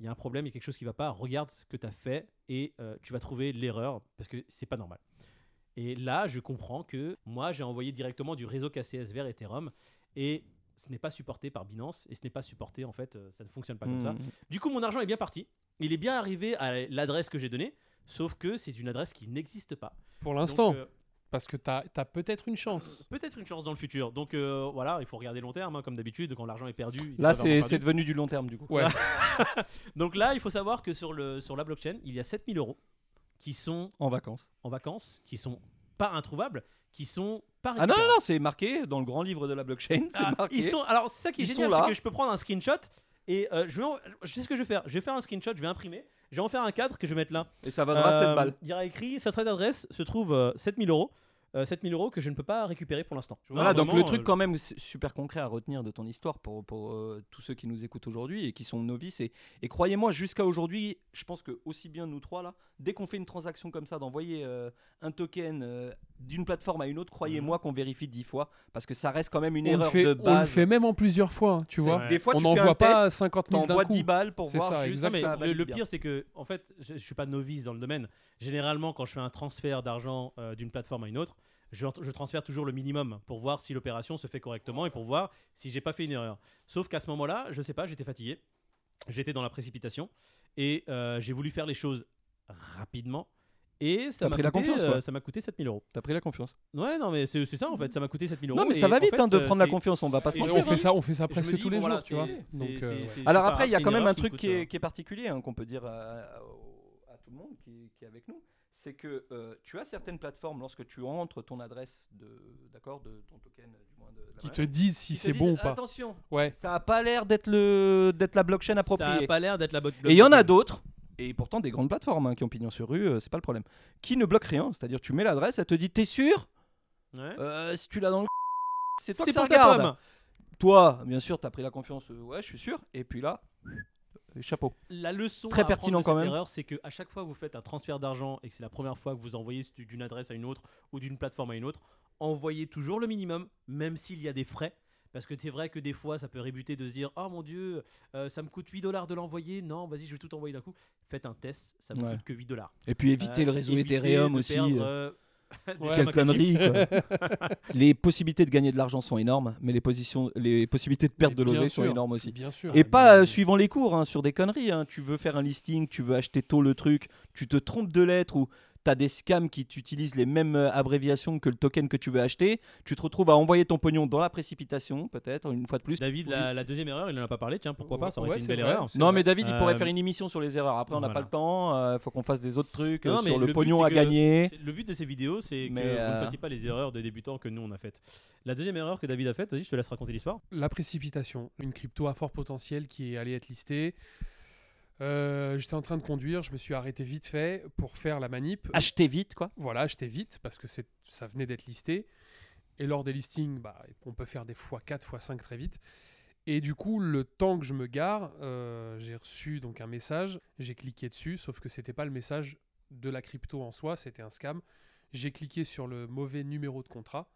[SPEAKER 1] Il y a un problème, il y a quelque chose qui va pas. Regarde ce que tu as fait et euh, tu vas trouver l'erreur parce que c'est pas normal. Et là, je comprends que moi, j'ai envoyé directement du réseau KCS vers Ethereum et ce n'est pas supporté par Binance et ce n'est pas supporté en fait, euh, ça ne fonctionne pas comme ça.
[SPEAKER 2] Hmm.
[SPEAKER 1] Du coup, mon argent est bien parti. Il est bien arrivé à l'adresse que j'ai donnée, sauf que c'est une adresse qui n'existe pas.
[SPEAKER 3] Pour l'instant,
[SPEAKER 1] Donc, euh,
[SPEAKER 3] parce que t'as as, peut-être une chance.
[SPEAKER 1] peut-être une chance dans le futur. Donc euh, voilà, il faut regarder long terme, hein, comme d'habitude. Quand l'argent est perdu, il est
[SPEAKER 2] Là,
[SPEAKER 1] vraiment
[SPEAKER 2] c'est
[SPEAKER 1] perdu.
[SPEAKER 2] c'est devenu du long terme du coup.
[SPEAKER 3] Ouais.
[SPEAKER 1] Donc là, il faut savoir que sur, le, sur la blockchain, il y a 7000 euros qui sont
[SPEAKER 2] En vacances.
[SPEAKER 1] en vacances, qui sont pas introuvables, qui sont pas
[SPEAKER 2] Ah non, non,
[SPEAKER 1] récupérables.
[SPEAKER 2] non, c'est marqué dans le grand livre de la blockchain. C'est
[SPEAKER 1] Ah,
[SPEAKER 2] marqué.
[SPEAKER 1] ils sont, alors c'est ça qui est
[SPEAKER 2] Ils
[SPEAKER 1] génial,
[SPEAKER 2] sont là.
[SPEAKER 1] c'est que je peux prendre un screenshot et euh, je, vais en- je sais ce que je vais faire. Je vais faire un screenshot, je vais imprimer, je vais en faire un cadre que je vais mettre là.
[SPEAKER 2] Et ça vaudra
[SPEAKER 1] Euh,
[SPEAKER 2] 7 balles.
[SPEAKER 1] Il y aura écrit sa traite d'adresse se trouve 7000 euros. euh, 7000 euros que je ne peux pas récupérer pour l'instant.
[SPEAKER 2] Voilà,
[SPEAKER 1] Non,
[SPEAKER 2] donc
[SPEAKER 1] vraiment,
[SPEAKER 2] le truc
[SPEAKER 1] euh,
[SPEAKER 2] quand même c'est super concret à retenir de ton histoire pour, pour, euh, tous ceux qui nous écoutent aujourd'hui et qui sont novices. Et, et croyez-moi, jusqu'à aujourd'hui, je pense que aussi bien nous trois là, dès qu'on fait une transaction comme ça, d'envoyer euh, un token euh, d'une plateforme à une autre,
[SPEAKER 1] Mhm.
[SPEAKER 2] croyez-moi qu'on vérifie dix fois parce que ça reste quand même une
[SPEAKER 3] on, le
[SPEAKER 2] erreur
[SPEAKER 3] fait,
[SPEAKER 2] de
[SPEAKER 3] on le
[SPEAKER 2] base.
[SPEAKER 3] fait même en plusieurs fois, hein, tu
[SPEAKER 2] C'est-
[SPEAKER 3] vois.
[SPEAKER 1] Ouais.
[SPEAKER 2] Des fois,
[SPEAKER 3] on
[SPEAKER 2] tu fais un
[SPEAKER 3] n'envoie pas
[SPEAKER 2] test,
[SPEAKER 3] 50 000 d'un
[SPEAKER 2] t'envoies
[SPEAKER 3] coup.
[SPEAKER 2] 10 balles pour
[SPEAKER 3] C'est
[SPEAKER 2] voir
[SPEAKER 3] ça,
[SPEAKER 2] juste
[SPEAKER 1] Non,
[SPEAKER 3] exactement.
[SPEAKER 2] si
[SPEAKER 1] mais
[SPEAKER 2] ça
[SPEAKER 1] le,
[SPEAKER 2] valide
[SPEAKER 1] le
[SPEAKER 2] bien.
[SPEAKER 1] pire, c'est que, en fait, je, je suis pas novice dans le domaine. Généralement, quand je fais un transfert d'argent euh, d'une plateforme à une autre, je, je transfère toujours le minimum pour voir si l'opération se fait correctement et pour voir si j'ai pas fait une erreur. Sauf qu'à ce moment-là, je sais pas, j'étais fatigué, j'étais dans la précipitation et euh, j'ai voulu faire les choses rapidement et ça
[SPEAKER 2] T'as
[SPEAKER 1] m'a
[SPEAKER 2] pris la
[SPEAKER 1] coûté, euh,
[SPEAKER 2] confiance, quoi.
[SPEAKER 1] ça m'a coûté 7000 euros.
[SPEAKER 2] T'as pris la confiance.
[SPEAKER 1] Ouais, non, mais c'est c'est ça en fait, ça m'a coûté 7000 euros.
[SPEAKER 2] Non, mais
[SPEAKER 1] et
[SPEAKER 2] ça va
[SPEAKER 1] en
[SPEAKER 2] vite
[SPEAKER 1] fait,
[SPEAKER 2] hein, de
[SPEAKER 1] euh,
[SPEAKER 2] prendre la
[SPEAKER 1] c'est-
[SPEAKER 2] confiance, on va pas se
[SPEAKER 1] Et
[SPEAKER 3] Mais
[SPEAKER 1] je
[SPEAKER 2] mentir. hein.
[SPEAKER 1] me
[SPEAKER 3] on
[SPEAKER 1] dis-
[SPEAKER 3] fait ça, on fait ça
[SPEAKER 1] je me
[SPEAKER 3] presque
[SPEAKER 1] dis,
[SPEAKER 3] tous
[SPEAKER 1] bon,
[SPEAKER 3] les
[SPEAKER 1] voilà,
[SPEAKER 3] jours, tu
[SPEAKER 1] c'est-
[SPEAKER 3] vois.
[SPEAKER 1] c'est-
[SPEAKER 3] Donc,
[SPEAKER 1] c'est-
[SPEAKER 3] euh, ouais.
[SPEAKER 1] c'est- c'est
[SPEAKER 2] Alors
[SPEAKER 1] pas
[SPEAKER 2] après, il y a
[SPEAKER 1] grave,
[SPEAKER 2] quand
[SPEAKER 1] c'est une
[SPEAKER 2] même un
[SPEAKER 1] erreur qui
[SPEAKER 2] truc
[SPEAKER 1] coûte,
[SPEAKER 2] qui
[SPEAKER 1] euh,
[SPEAKER 2] est, qui est particulier, hein, qu'on peut dire à, au- à tout le monde qui, qui est avec nous, c'est que euh, tu as certaines plateformes, lorsque tu entres ton adresse de, d'accord, de ton token, du moins de la
[SPEAKER 3] Qui
[SPEAKER 2] valeur,
[SPEAKER 3] te disent si
[SPEAKER 2] qui te
[SPEAKER 3] c'est
[SPEAKER 2] disent,
[SPEAKER 3] bon ou pas.
[SPEAKER 2] Attention,
[SPEAKER 3] Ouais.
[SPEAKER 2] ça a pas l'air d'être le, d'être la blockchain
[SPEAKER 1] Ça a
[SPEAKER 2] appropriée.
[SPEAKER 1] pas l'air d'être la bonne.
[SPEAKER 2] Et il y en a d'autres. Et pourtant, des grandes plateformes hein, qui ont pignon sur rue, euh, c'est pas le problème. Qui ne bloquent rien, c'est-à-dire tu mets l'adresse, elle te dit t'es sûr
[SPEAKER 1] Ouais.
[SPEAKER 2] Euh, Si tu l'as dans le c'est toi
[SPEAKER 1] C'est
[SPEAKER 2] qui ça
[SPEAKER 1] pour ta
[SPEAKER 2] regarde.
[SPEAKER 1] pomme.
[SPEAKER 2] Toi, bien sûr, t'as pris la confiance, euh, ouais, je suis sûr. Et puis là, euh, chapeau.
[SPEAKER 1] la leçon
[SPEAKER 2] Très
[SPEAKER 1] à apprendre
[SPEAKER 2] pertinent
[SPEAKER 1] de
[SPEAKER 2] quand
[SPEAKER 1] cette
[SPEAKER 2] même.
[SPEAKER 1] erreur, c'est que à chaque fois que vous faites un transfert d'argent et que c'est la première fois que vous envoyez du- d'une adresse à une autre ou d'une plateforme à une autre, envoyez toujours le minimum, même s'il y a des frais. Parce que c'est vrai que des fois, ça peut rébuter de se dire Oh mon dieu, euh, ça me coûte 8 dollars de l'envoyer. Non, vas-y, je vais tout envoyer d'un coup. Faites un test, ça ne
[SPEAKER 2] Ouais.
[SPEAKER 1] coûte que 8 dollars.
[SPEAKER 2] Et puis éviter le réseau Ethereum aussi. euh,
[SPEAKER 3] Ouais.
[SPEAKER 2] Quelle connerie quoi. Les possibilités de gagner de l'argent sont énormes, mais les, positions, les possibilités de perte de
[SPEAKER 3] Bien
[SPEAKER 2] loger sont
[SPEAKER 3] sûr,
[SPEAKER 2] énormes aussi.
[SPEAKER 3] Bien sûr.
[SPEAKER 2] Et pas euh, suivant les cours, hein, sur des conneries. hein. Tu veux faire un listing, tu veux acheter tôt le truc, tu te trompes de lettres ou t'as des scams qui utilisent les mêmes euh, abréviations que le token que tu veux acheter. Tu te retrouves à envoyer ton pognon dans la précipitation, peut-être, une fois de plus.
[SPEAKER 1] David, la, la deuxième erreur, il n'en a pas parlé. Tiens, pourquoi pas Ça aurait
[SPEAKER 3] Ouais,
[SPEAKER 1] été une
[SPEAKER 3] c'est
[SPEAKER 1] belle
[SPEAKER 3] vrai,
[SPEAKER 1] erreur.
[SPEAKER 3] c'est
[SPEAKER 2] Non,
[SPEAKER 3] vrai.
[SPEAKER 2] mais David, il pourrait
[SPEAKER 1] Euh,
[SPEAKER 2] faire une émission sur les erreurs. Après, on n'a
[SPEAKER 1] voilà.
[SPEAKER 2] pas le temps. euh, faut qu'on fasse des autres trucs euh,
[SPEAKER 1] Non, mais
[SPEAKER 2] sur le,
[SPEAKER 1] but,
[SPEAKER 2] pognon
[SPEAKER 1] c'est
[SPEAKER 2] à
[SPEAKER 1] que-
[SPEAKER 2] gagner.
[SPEAKER 1] c'est- Le but de ces vidéos, c'est que
[SPEAKER 2] Mais,
[SPEAKER 1] vous ne
[SPEAKER 2] euh,
[SPEAKER 1] fassiez pas les erreurs de débutants que nous on a faites. La deuxième erreur que David a faite, vas-y, je te laisse raconter l'histoire.
[SPEAKER 3] La précipitation. Une crypto à fort potentiel qui est allée être listée. Euh, J'étais en train de conduire, je me suis arrêté vite fait pour faire la manip.
[SPEAKER 2] Acheter vite, quoi.
[SPEAKER 3] Voilà, acheter vite parce que c'est- ça venait d'être listé. Et lors des listings, bah, on peut faire des x4, x5 très vite. Et du coup, le temps que je me gare, euh, j'ai reçu donc un message. J'ai cliqué dessus, sauf que c'était pas le message de la crypto en soi, c'était un scam. J'ai cliqué sur le mauvais numéro de contrat.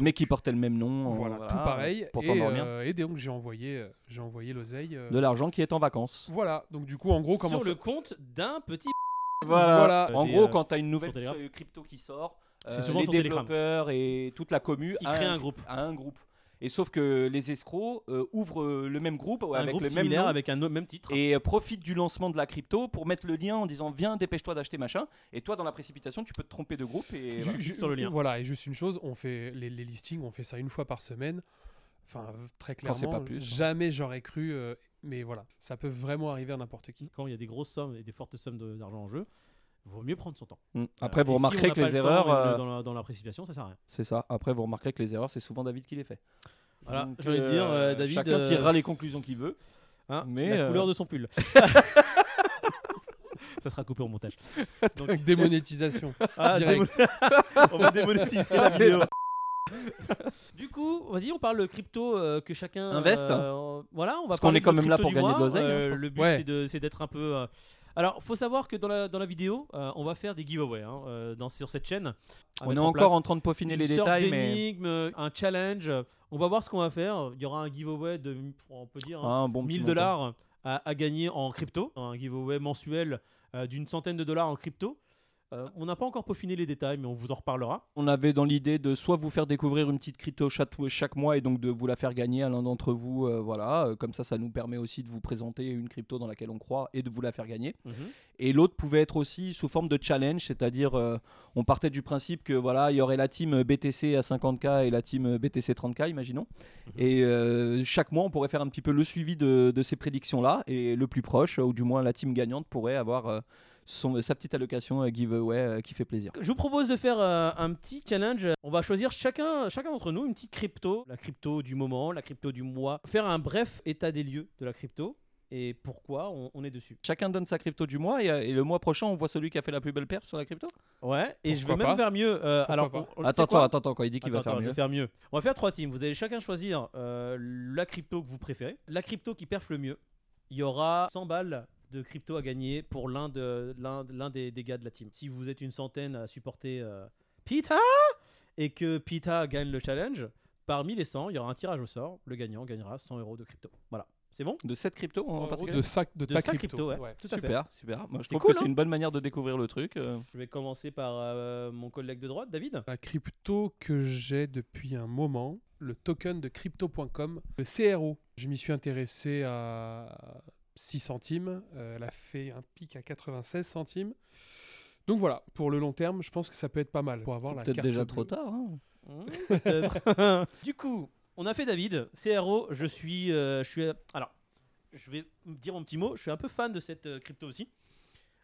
[SPEAKER 2] mais qui portait le même nom.
[SPEAKER 3] voilà,
[SPEAKER 2] euh,
[SPEAKER 3] tout pareil.
[SPEAKER 2] Pour
[SPEAKER 3] et,
[SPEAKER 2] t'endormir.
[SPEAKER 3] euh, et donc j'ai envoyé, euh, j'ai envoyé l'oseille. euh,
[SPEAKER 2] De l'argent qui est en vacances.
[SPEAKER 3] Voilà, donc du coup, en gros, comment
[SPEAKER 1] Sur
[SPEAKER 3] ça-
[SPEAKER 1] le compte d'un petit.
[SPEAKER 3] Voilà. Voilà.
[SPEAKER 2] En
[SPEAKER 1] Des,
[SPEAKER 2] gros,
[SPEAKER 1] euh,
[SPEAKER 2] quand t'as une nouvelle
[SPEAKER 1] sur Telegram.
[SPEAKER 2] euh, crypto qui sort,
[SPEAKER 1] C'est
[SPEAKER 2] euh,
[SPEAKER 1] souvent
[SPEAKER 2] les
[SPEAKER 1] sur Telegram.
[SPEAKER 2] développeurs et toute la commu
[SPEAKER 1] Il
[SPEAKER 2] a
[SPEAKER 1] crée un groupe.
[SPEAKER 2] a un groupe. Et sauf que les escrocs euh, ouvrent euh, le même groupe euh,
[SPEAKER 1] Un
[SPEAKER 2] avec
[SPEAKER 1] groupe
[SPEAKER 2] le même
[SPEAKER 1] similaire
[SPEAKER 2] nom
[SPEAKER 1] avec un autre- même titre.
[SPEAKER 2] et euh, profitent du lancement de la crypto pour mettre le lien en disant viens dépêche-toi d'acheter machin. Et toi, dans la précipitation, tu peux te tromper de groupe et
[SPEAKER 1] Ju-
[SPEAKER 2] voilà.
[SPEAKER 1] clique sur le lien.
[SPEAKER 3] Voilà, et juste une chose, on fait les, les listings, on fait ça une fois par semaine. Enfin, euh, très
[SPEAKER 2] Pensez
[SPEAKER 3] clairement,
[SPEAKER 2] pas plus, hein.
[SPEAKER 3] jamais j'aurais cru, euh, mais voilà, ça peut vraiment arriver à n'importe qui.
[SPEAKER 1] Quand il y a des grosses sommes et des fortes sommes de- d'argent en jeu, vaut mieux prendre son temps.
[SPEAKER 2] Mm. Après,
[SPEAKER 1] Euh, et si
[SPEAKER 2] vous
[SPEAKER 1] on
[SPEAKER 2] remarquerez
[SPEAKER 1] n'a
[SPEAKER 2] que
[SPEAKER 1] pas
[SPEAKER 2] les
[SPEAKER 1] le temps,
[SPEAKER 2] erreurs,
[SPEAKER 1] et le-
[SPEAKER 2] euh,
[SPEAKER 1] dans, la, dans la précipitation, ça sert à rien.
[SPEAKER 2] c'est ça. Après, vous remarquerez que les erreurs, c'est souvent David qui les fait.
[SPEAKER 1] Voilà,
[SPEAKER 2] Donc,
[SPEAKER 1] j'ai envie de dire, euh, David,
[SPEAKER 2] Chacun
[SPEAKER 1] euh,
[SPEAKER 2] tirera les conclusions qu'il veut.
[SPEAKER 1] Hein,
[SPEAKER 2] Mais,
[SPEAKER 1] la
[SPEAKER 2] euh,
[SPEAKER 1] couleur de son pull. ça sera coupé au montage. Donc,
[SPEAKER 3] Démonétisation.
[SPEAKER 1] Ah,
[SPEAKER 3] Direct.
[SPEAKER 1] démo- on va démonétiser la vidéo. du coup, vas-y, on parle de crypto euh, que chacun
[SPEAKER 2] Investe.
[SPEAKER 1] euh, voilà, on va
[SPEAKER 2] Parce qu'on
[SPEAKER 1] parler
[SPEAKER 2] est quand
[SPEAKER 1] de
[SPEAKER 2] même là
[SPEAKER 1] crypto
[SPEAKER 2] pour
[SPEAKER 1] du
[SPEAKER 2] gagner de
[SPEAKER 1] mois.
[SPEAKER 2] l'oseille, hein, je
[SPEAKER 1] Euh,
[SPEAKER 2] crois.
[SPEAKER 1] le but,
[SPEAKER 3] Ouais.
[SPEAKER 1] c'est de- c'est d'être un peu. euh, Alors, faut savoir que dans la, dans la vidéo, euh, on va faire des giveaways hein, euh, dans, sur cette chaîne. À
[SPEAKER 2] On est
[SPEAKER 1] mettre en
[SPEAKER 2] encore
[SPEAKER 1] place
[SPEAKER 2] en train de peaufiner
[SPEAKER 1] une
[SPEAKER 2] les
[SPEAKER 1] sorte
[SPEAKER 2] détails, mais
[SPEAKER 1] d'énigme, euh, un challenge. On va voir ce qu'on va faire. Il y aura un giveaway de, on peut dire,
[SPEAKER 2] Ah, un bon petit
[SPEAKER 1] 1000
[SPEAKER 2] montant.
[SPEAKER 1] hein, dollars à, à gagner en crypto, un giveaway mensuel euh, d'une centaine de dollars en crypto. Euh, on n'a pas encore peaufiné les détails, mais on vous en reparlera.
[SPEAKER 2] On avait dans l'idée de soit vous faire découvrir une petite crypto chaque, chaque mois et donc de vous la faire gagner à l'un d'entre vous. euh, voilà, Euh, comme ça, ça nous permet aussi de vous présenter une crypto dans laquelle on croit et de vous la faire gagner.
[SPEAKER 3] Mhm.
[SPEAKER 2] Et l'autre pouvait être aussi sous forme de challenge, c'est-à-dire euh, on partait du principe que voilà, il y aurait la team BTC à 50K et la team BTC 30K, imaginons.
[SPEAKER 1] Mhm.
[SPEAKER 2] Et euh, chaque mois, on pourrait faire un petit peu le suivi de, de ces prédictions-là. Et le plus proche, ou du moins la team gagnante, pourrait avoir euh, son, sa petite allocation euh, giveaway euh, qui fait plaisir.
[SPEAKER 1] Je vous propose de faire euh, un petit challenge. On va choisir chacun, chacun d'entre nous une petite crypto, la crypto du moment, la crypto du mois. Faire un bref état des lieux de la crypto. et pourquoi on, on est dessus.
[SPEAKER 2] Chacun donne sa crypto du mois et, euh, et le mois prochain, on voit celui qui a fait la plus belle perf sur la crypto.
[SPEAKER 1] Ouais, et je vais
[SPEAKER 3] Pourquoi
[SPEAKER 1] même
[SPEAKER 3] pas
[SPEAKER 1] faire mieux. euh,
[SPEAKER 3] Pourquoi
[SPEAKER 1] alors,
[SPEAKER 3] pas
[SPEAKER 1] on- on-
[SPEAKER 2] attends,
[SPEAKER 1] tu sais quoi
[SPEAKER 2] attends, attends, attends, quand il dit qu'il va
[SPEAKER 1] Attends,
[SPEAKER 2] faire
[SPEAKER 1] attends, je
[SPEAKER 2] mieux.
[SPEAKER 1] vais faire mieux. On va faire trois teams. Vous allez chacun choisir euh, la crypto que vous préférez. La crypto qui perf le mieux. Il y aura 100 balles de crypto à gagner pour l'un de l'un l'un des, des gars de la team. Si vous êtes une centaine à supporter euh, Pita et que Pita gagne le challenge, parmi les 100, il y aura un tirage au sort. Le gagnant gagnera 100 euros de crypto. Voilà, c'est bon.
[SPEAKER 2] De cette crypto en particulier
[SPEAKER 3] de, sac, de,
[SPEAKER 1] De
[SPEAKER 3] ta
[SPEAKER 1] sa
[SPEAKER 3] crypto.
[SPEAKER 1] crypto, ouais. Tout à fait.
[SPEAKER 2] Super, super. Moi,
[SPEAKER 1] C'est
[SPEAKER 2] je trouve
[SPEAKER 1] cool,
[SPEAKER 2] que c'est
[SPEAKER 1] hein.
[SPEAKER 2] une bonne manière de découvrir le truc. euh.
[SPEAKER 1] Je vais commencer par euh, mon collègue de droite, David.
[SPEAKER 3] La crypto que j'ai depuis un moment, le token de crypto.com, le CRO. Je m'y suis intéressé à 6 centimes. euh, elle a fait un pic à 96 centimes. Donc voilà, pour le long terme, je pense que ça peut être pas mal. Pour avoir
[SPEAKER 2] C'est
[SPEAKER 3] la
[SPEAKER 2] peut-être
[SPEAKER 3] carte
[SPEAKER 2] déjà
[SPEAKER 3] bleue.
[SPEAKER 2] trop tard. hein.
[SPEAKER 1] Hmm, peut-être. du coup, on a fait David, CRO, je suis, euh, je suis, euh, alors, je vais m- dire mon petit mot, je suis un peu fan de cette euh, crypto aussi,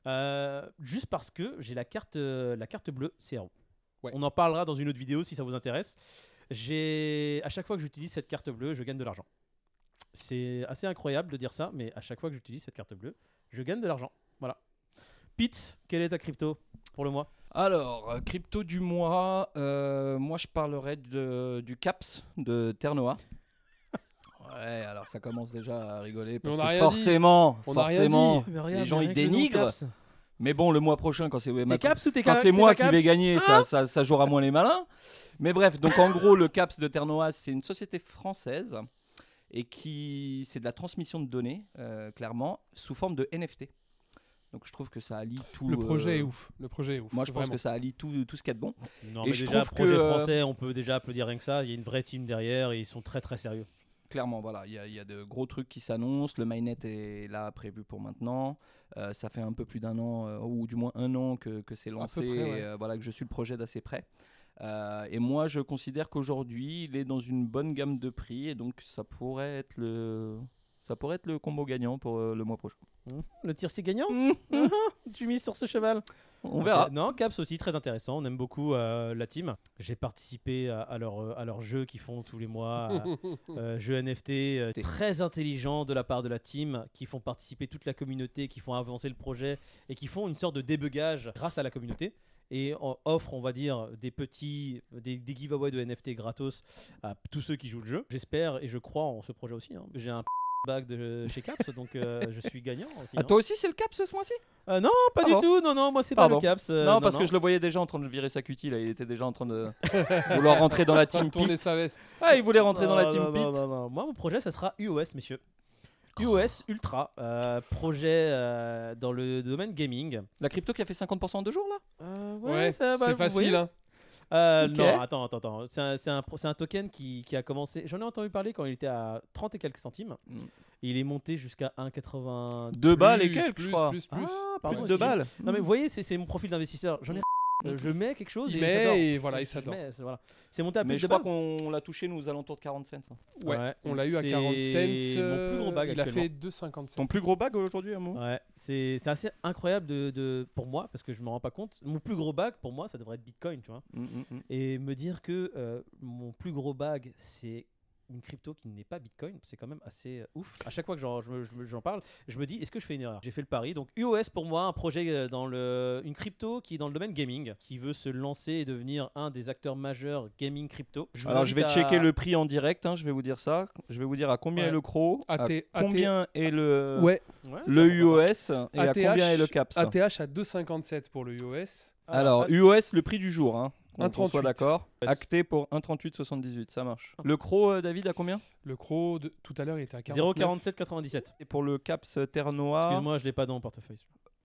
[SPEAKER 1] Euh, juste parce que j'ai la carte, euh, la carte bleue CRO.
[SPEAKER 3] Ouais.
[SPEAKER 1] On en parlera dans une autre vidéo si ça vous intéresse. J'ai, à chaque fois que j'utilise cette carte bleue, je gagne de l'argent. C'est assez incroyable de dire ça, mais à chaque fois que j'utilise cette carte bleue, je gagne de l'argent. Voilà. Pete, quelle est ta crypto pour le mois
[SPEAKER 2] Alors, euh, crypto du mois, euh, moi je parlerai de- du CAPS de Terre Noire. Ouais, alors ça commence déjà à rigoler parce
[SPEAKER 3] on a
[SPEAKER 2] que
[SPEAKER 3] rien dit.
[SPEAKER 2] forcément,
[SPEAKER 3] On a rien
[SPEAKER 2] forcément,
[SPEAKER 3] dit.
[SPEAKER 2] les gens ils dénigrent. Mais bon, le mois prochain, quand c'est
[SPEAKER 1] T'es caps ou t'es
[SPEAKER 2] quand
[SPEAKER 1] ca-
[SPEAKER 2] c'est
[SPEAKER 1] t'es
[SPEAKER 2] moi
[SPEAKER 1] pas
[SPEAKER 2] qui
[SPEAKER 1] caps
[SPEAKER 2] vais
[SPEAKER 3] Ah
[SPEAKER 2] gagner, ça, ça, ça jouera moins les malins. Mais bref, donc en gros, le CAPS de Ternoas, c'est une société française et qui c'est de la transmission de données, euh, clairement, sous forme de NFT. Donc je trouve que ça allie tout.
[SPEAKER 3] Le projet
[SPEAKER 2] euh,
[SPEAKER 3] est ouf. Le projet est ouf.
[SPEAKER 2] Moi, je pense
[SPEAKER 3] vraiment.
[SPEAKER 2] que ça allie tout, tout ce qu'il y a de bon.
[SPEAKER 1] Non,
[SPEAKER 2] Et
[SPEAKER 1] mais
[SPEAKER 2] je
[SPEAKER 1] déjà,
[SPEAKER 2] trouve que,
[SPEAKER 1] projet
[SPEAKER 2] euh,
[SPEAKER 1] français, on peut déjà applaudir rien que ça. Il y a une vraie team derrière et ils sont très très sérieux.
[SPEAKER 2] Clairement, voilà, il y, a- il y a de gros trucs qui s'annoncent. Le Mainnet est là, prévu pour maintenant. Euh, ça fait un peu plus d'un an, euh, ou du moins un an que, que c'est lancé.
[SPEAKER 3] près, ouais.
[SPEAKER 2] et, euh, voilà, que je suis le projet d'assez près. Euh, et moi, je considère qu'aujourd'hui, il est dans une bonne gamme de prix. Et donc, ça pourrait être le, ça pourrait être le combo gagnant pour euh, le mois prochain.
[SPEAKER 1] Hmm. Le tir, c'est gagnant Tu mises sur ce cheval
[SPEAKER 2] On verra.
[SPEAKER 1] Euh, Non, Caps aussi, très intéressant. On aime beaucoup euh, la team. J'ai participé à, à leur, euh, à leur jeu qu'ils font tous les mois. à- euh, jeu NFT euh,
[SPEAKER 2] T'es-
[SPEAKER 1] très intelligent de la part de la team qui font participer toute la communauté, qui font avancer le projet et qui font une sorte de débugage grâce à la communauté et en- offrent, on va dire, des petits des, des giveaways de NFT gratos à tous ceux qui jouent le jeu. J'espère et je crois en ce projet aussi. hein. J'ai un bag de chez Caps, donc euh, je suis gagnant aussi. hein.
[SPEAKER 2] Ah, toi aussi, c'est le CAPS ce mois-ci
[SPEAKER 1] Euh, non, pas
[SPEAKER 2] Ah
[SPEAKER 1] du
[SPEAKER 2] bon
[SPEAKER 1] tout. Non, non, moi c'est pas
[SPEAKER 2] Pardon.
[SPEAKER 1] le Caps. euh,
[SPEAKER 2] non, parce
[SPEAKER 1] non.
[SPEAKER 2] que je le voyais déjà en train de virer sa cutie. Là, il était déjà en train de vouloir rentrer dans la team
[SPEAKER 3] Tourner
[SPEAKER 2] Pete.
[SPEAKER 3] sa veste.
[SPEAKER 2] Ah, il voulait rentrer dans la
[SPEAKER 1] Non,
[SPEAKER 2] team
[SPEAKER 1] non, non,
[SPEAKER 2] Pete.
[SPEAKER 1] non, non. Oh. Moi, mon projet, ça sera UOS, messieurs. UOS Ultra, euh, projet euh, dans le domaine gaming.
[SPEAKER 2] La crypto qui a fait 50% en deux jours là
[SPEAKER 1] Euh,
[SPEAKER 3] Ouais,
[SPEAKER 1] ouais, ça va,
[SPEAKER 3] c'est
[SPEAKER 1] vous voyez.
[SPEAKER 3] facile. Hein.
[SPEAKER 1] Euh,
[SPEAKER 2] Ok.
[SPEAKER 1] Non, attends, attends, attends. C'est un, c'est un pro- c'est un token qui, qui a commencé. J'en ai entendu parler quand il était à 30 et quelques centimes.
[SPEAKER 2] Mm.
[SPEAKER 1] Il est monté jusqu'à 1,80.
[SPEAKER 2] Deux balles et
[SPEAKER 3] Plus,
[SPEAKER 2] quelques,
[SPEAKER 3] plus,
[SPEAKER 2] je crois.
[SPEAKER 3] Plus, plus.
[SPEAKER 1] Ah,
[SPEAKER 2] Plus
[SPEAKER 1] pardon,
[SPEAKER 2] de deux
[SPEAKER 1] excusez.
[SPEAKER 2] balles.
[SPEAKER 1] Non, mais vous voyez, c'est c'est mon profil d'investisseur. J'en ai. Euh, Je mets quelque chose
[SPEAKER 3] Mm. Il
[SPEAKER 1] et j'adore.
[SPEAKER 3] met et voilà, il
[SPEAKER 1] Je
[SPEAKER 3] s'adore.
[SPEAKER 1] mets, c'est- voilà. C'est monté à plus
[SPEAKER 2] Mais
[SPEAKER 1] de
[SPEAKER 2] je
[SPEAKER 1] deux
[SPEAKER 2] crois
[SPEAKER 1] balles.
[SPEAKER 2] qu'on l'a touché nous aux alentours de 40 cents. hein.
[SPEAKER 3] Ouais,
[SPEAKER 1] Ouais.
[SPEAKER 3] on l'a eu à
[SPEAKER 1] C'est
[SPEAKER 3] 40 cents.
[SPEAKER 1] mon plus gros
[SPEAKER 3] euh,
[SPEAKER 1] bag
[SPEAKER 3] il a
[SPEAKER 1] actuellement.
[SPEAKER 3] fait 2,57.
[SPEAKER 2] Ton plus gros bague aujourd'hui, Amo
[SPEAKER 1] Ouais, c'est c'est assez incroyable de, de- pour moi parce que je me rends pas compte. Mon plus gros bag pour moi, ça devrait être Bitcoin, tu vois.
[SPEAKER 2] Mm, mm, mm.
[SPEAKER 1] Et me dire que euh, mon plus gros bag, c'est une crypto qui n'est pas Bitcoin, c'est quand même assez euh, ouf. À chaque fois que j'en je me- je me- j'en parle, je me dis est-ce que je fais une erreur J'ai fait le pari. Donc UOS pour moi, un projet euh, dans le une crypto qui est dans le domaine gaming, qui veut se lancer et devenir un des acteurs majeurs gaming crypto. vous
[SPEAKER 2] Alors je vais
[SPEAKER 1] invite à-
[SPEAKER 2] checker le prix en direct, hein, je vais vous dire ça. Je vais vous dire à combien
[SPEAKER 3] Ouais.
[SPEAKER 2] est le croc, à
[SPEAKER 3] AT, AT,
[SPEAKER 2] combien euh, est le,
[SPEAKER 3] ouais,
[SPEAKER 1] Ouais,
[SPEAKER 2] le
[SPEAKER 1] tiens, on va voir.
[SPEAKER 2] UOS et à combien est le CAPS.
[SPEAKER 3] ATH à 2,57 pour le US.
[SPEAKER 2] Alors UOS, le prix du jour, hein, qu'on qu'on
[SPEAKER 3] 1,38.
[SPEAKER 2] soit d'accord.
[SPEAKER 1] Yes.
[SPEAKER 2] Acté pour 1,3878, ça marche. Le croc, euh, David, à combien
[SPEAKER 3] Le croc, de- tout à l'heure, il était à 49.
[SPEAKER 1] 0,4797.
[SPEAKER 2] Et pour le CAPS euh, Terre Noire,
[SPEAKER 1] Excuse-moi, je l'ai pas dans mon portefeuille.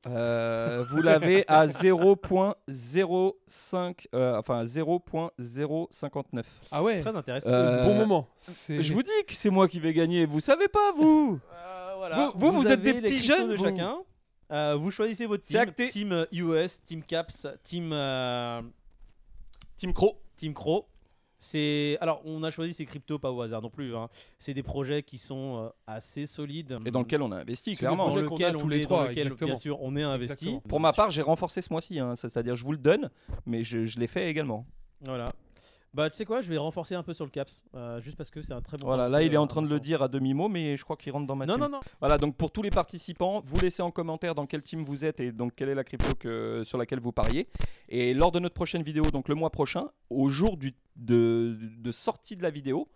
[SPEAKER 2] Euh, vous l'avez à 0.05, euh, enfin 0.059.
[SPEAKER 3] Ah ouais,
[SPEAKER 1] Très intéressant.
[SPEAKER 2] Euh,
[SPEAKER 3] bon moment. C'est-
[SPEAKER 2] Je vous dis que c'est moi qui vais gagner, vous savez pas vous
[SPEAKER 1] Euh, voilà.
[SPEAKER 2] Vous- vous, vous êtes des
[SPEAKER 1] avez les
[SPEAKER 2] petits
[SPEAKER 1] cryptos
[SPEAKER 2] jeunes,
[SPEAKER 1] de
[SPEAKER 2] vous.
[SPEAKER 1] chacun. Euh, vous choisissez votre
[SPEAKER 2] C'est
[SPEAKER 1] team.
[SPEAKER 2] acté.
[SPEAKER 1] Team euh, US, Team Caps, Team euh,
[SPEAKER 2] Team Crow.
[SPEAKER 1] Team Crow. C'est alors on a choisi ces cryptos pas au hasard non plus. hein. C'est des projets qui sont euh, assez solides.
[SPEAKER 2] Et dans lequel on a investi,
[SPEAKER 3] C'est
[SPEAKER 2] clairement.
[SPEAKER 3] le projet
[SPEAKER 1] dans lequel on
[SPEAKER 3] qu'on a tous les
[SPEAKER 1] est, dans
[SPEAKER 3] trois,
[SPEAKER 1] lequel,
[SPEAKER 3] exactement.
[SPEAKER 1] bien sûr on est investi.
[SPEAKER 3] Exactement.
[SPEAKER 2] Pour ma part, j'ai renforcé ce mois-ci, hein. Ça- c'est-à-dire je vous le donne, mais je, je l'ai fait également.
[SPEAKER 1] Voilà. Bah, tu sais quoi, je vais renforcer un peu sur le caps, euh, juste parce que c'est un très bon.
[SPEAKER 2] Voilà, là
[SPEAKER 1] parti,
[SPEAKER 2] il est
[SPEAKER 1] euh,
[SPEAKER 2] en train de le
[SPEAKER 1] ensemble.
[SPEAKER 2] dire à demi-mot, mais je crois qu'il rentre dans ma
[SPEAKER 1] Non,
[SPEAKER 2] team.
[SPEAKER 1] non, non.
[SPEAKER 2] Voilà, donc pour tous les participants, vous laissez en commentaire dans quel team vous êtes et donc quelle est la crypto que- sur laquelle vous pariez. Et lors de notre prochaine vidéo, donc le mois prochain, au jour du, de, de sortie de la vidéo,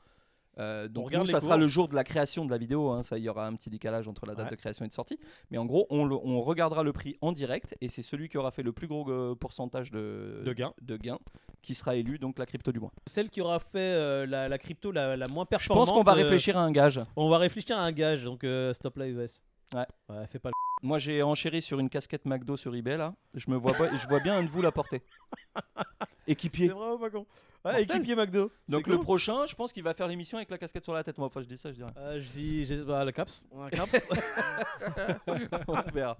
[SPEAKER 2] euh, donc
[SPEAKER 1] regarde
[SPEAKER 2] nous,
[SPEAKER 1] les
[SPEAKER 2] ça sera
[SPEAKER 1] cours.
[SPEAKER 2] le jour de la création de la vidéo, hein, ça il y aura un petit décalage entre la date
[SPEAKER 1] Ouais.
[SPEAKER 2] de création et de sortie. Mais en gros, on, le- on regardera le prix en direct et c'est celui qui aura fait le plus gros euh, pourcentage de,
[SPEAKER 1] De gains.
[SPEAKER 2] de gains qui sera élu donc la crypto du mois.
[SPEAKER 1] Celle qui aura fait euh, la, la crypto la, la moins
[SPEAKER 2] Je pense
[SPEAKER 1] performante.
[SPEAKER 2] qu'on va
[SPEAKER 1] euh,
[SPEAKER 2] réfléchir à un gage.
[SPEAKER 1] on va réfléchir à un gage, donc euh, stop là, US.
[SPEAKER 2] Ouais.
[SPEAKER 1] Ouais, fais pas
[SPEAKER 2] Moi, j'ai enchéri sur une casquette McDo sur eBay là. Je me vois, pas- je vois bien un de vous la porter.
[SPEAKER 1] C'est
[SPEAKER 2] Équipier.
[SPEAKER 1] vraiment pas con.
[SPEAKER 2] Mortel.
[SPEAKER 1] Ouais, équipier McDo.
[SPEAKER 2] Donc
[SPEAKER 1] C'est
[SPEAKER 2] le
[SPEAKER 1] cool.
[SPEAKER 2] prochain, je pense qu'il va faire l'émission avec la casquette sur la tête. Moi, enfin, je dis ça, je dis rien.
[SPEAKER 1] Euh, je dis, j'ai- bah, le caps. Un caps.
[SPEAKER 2] On verra.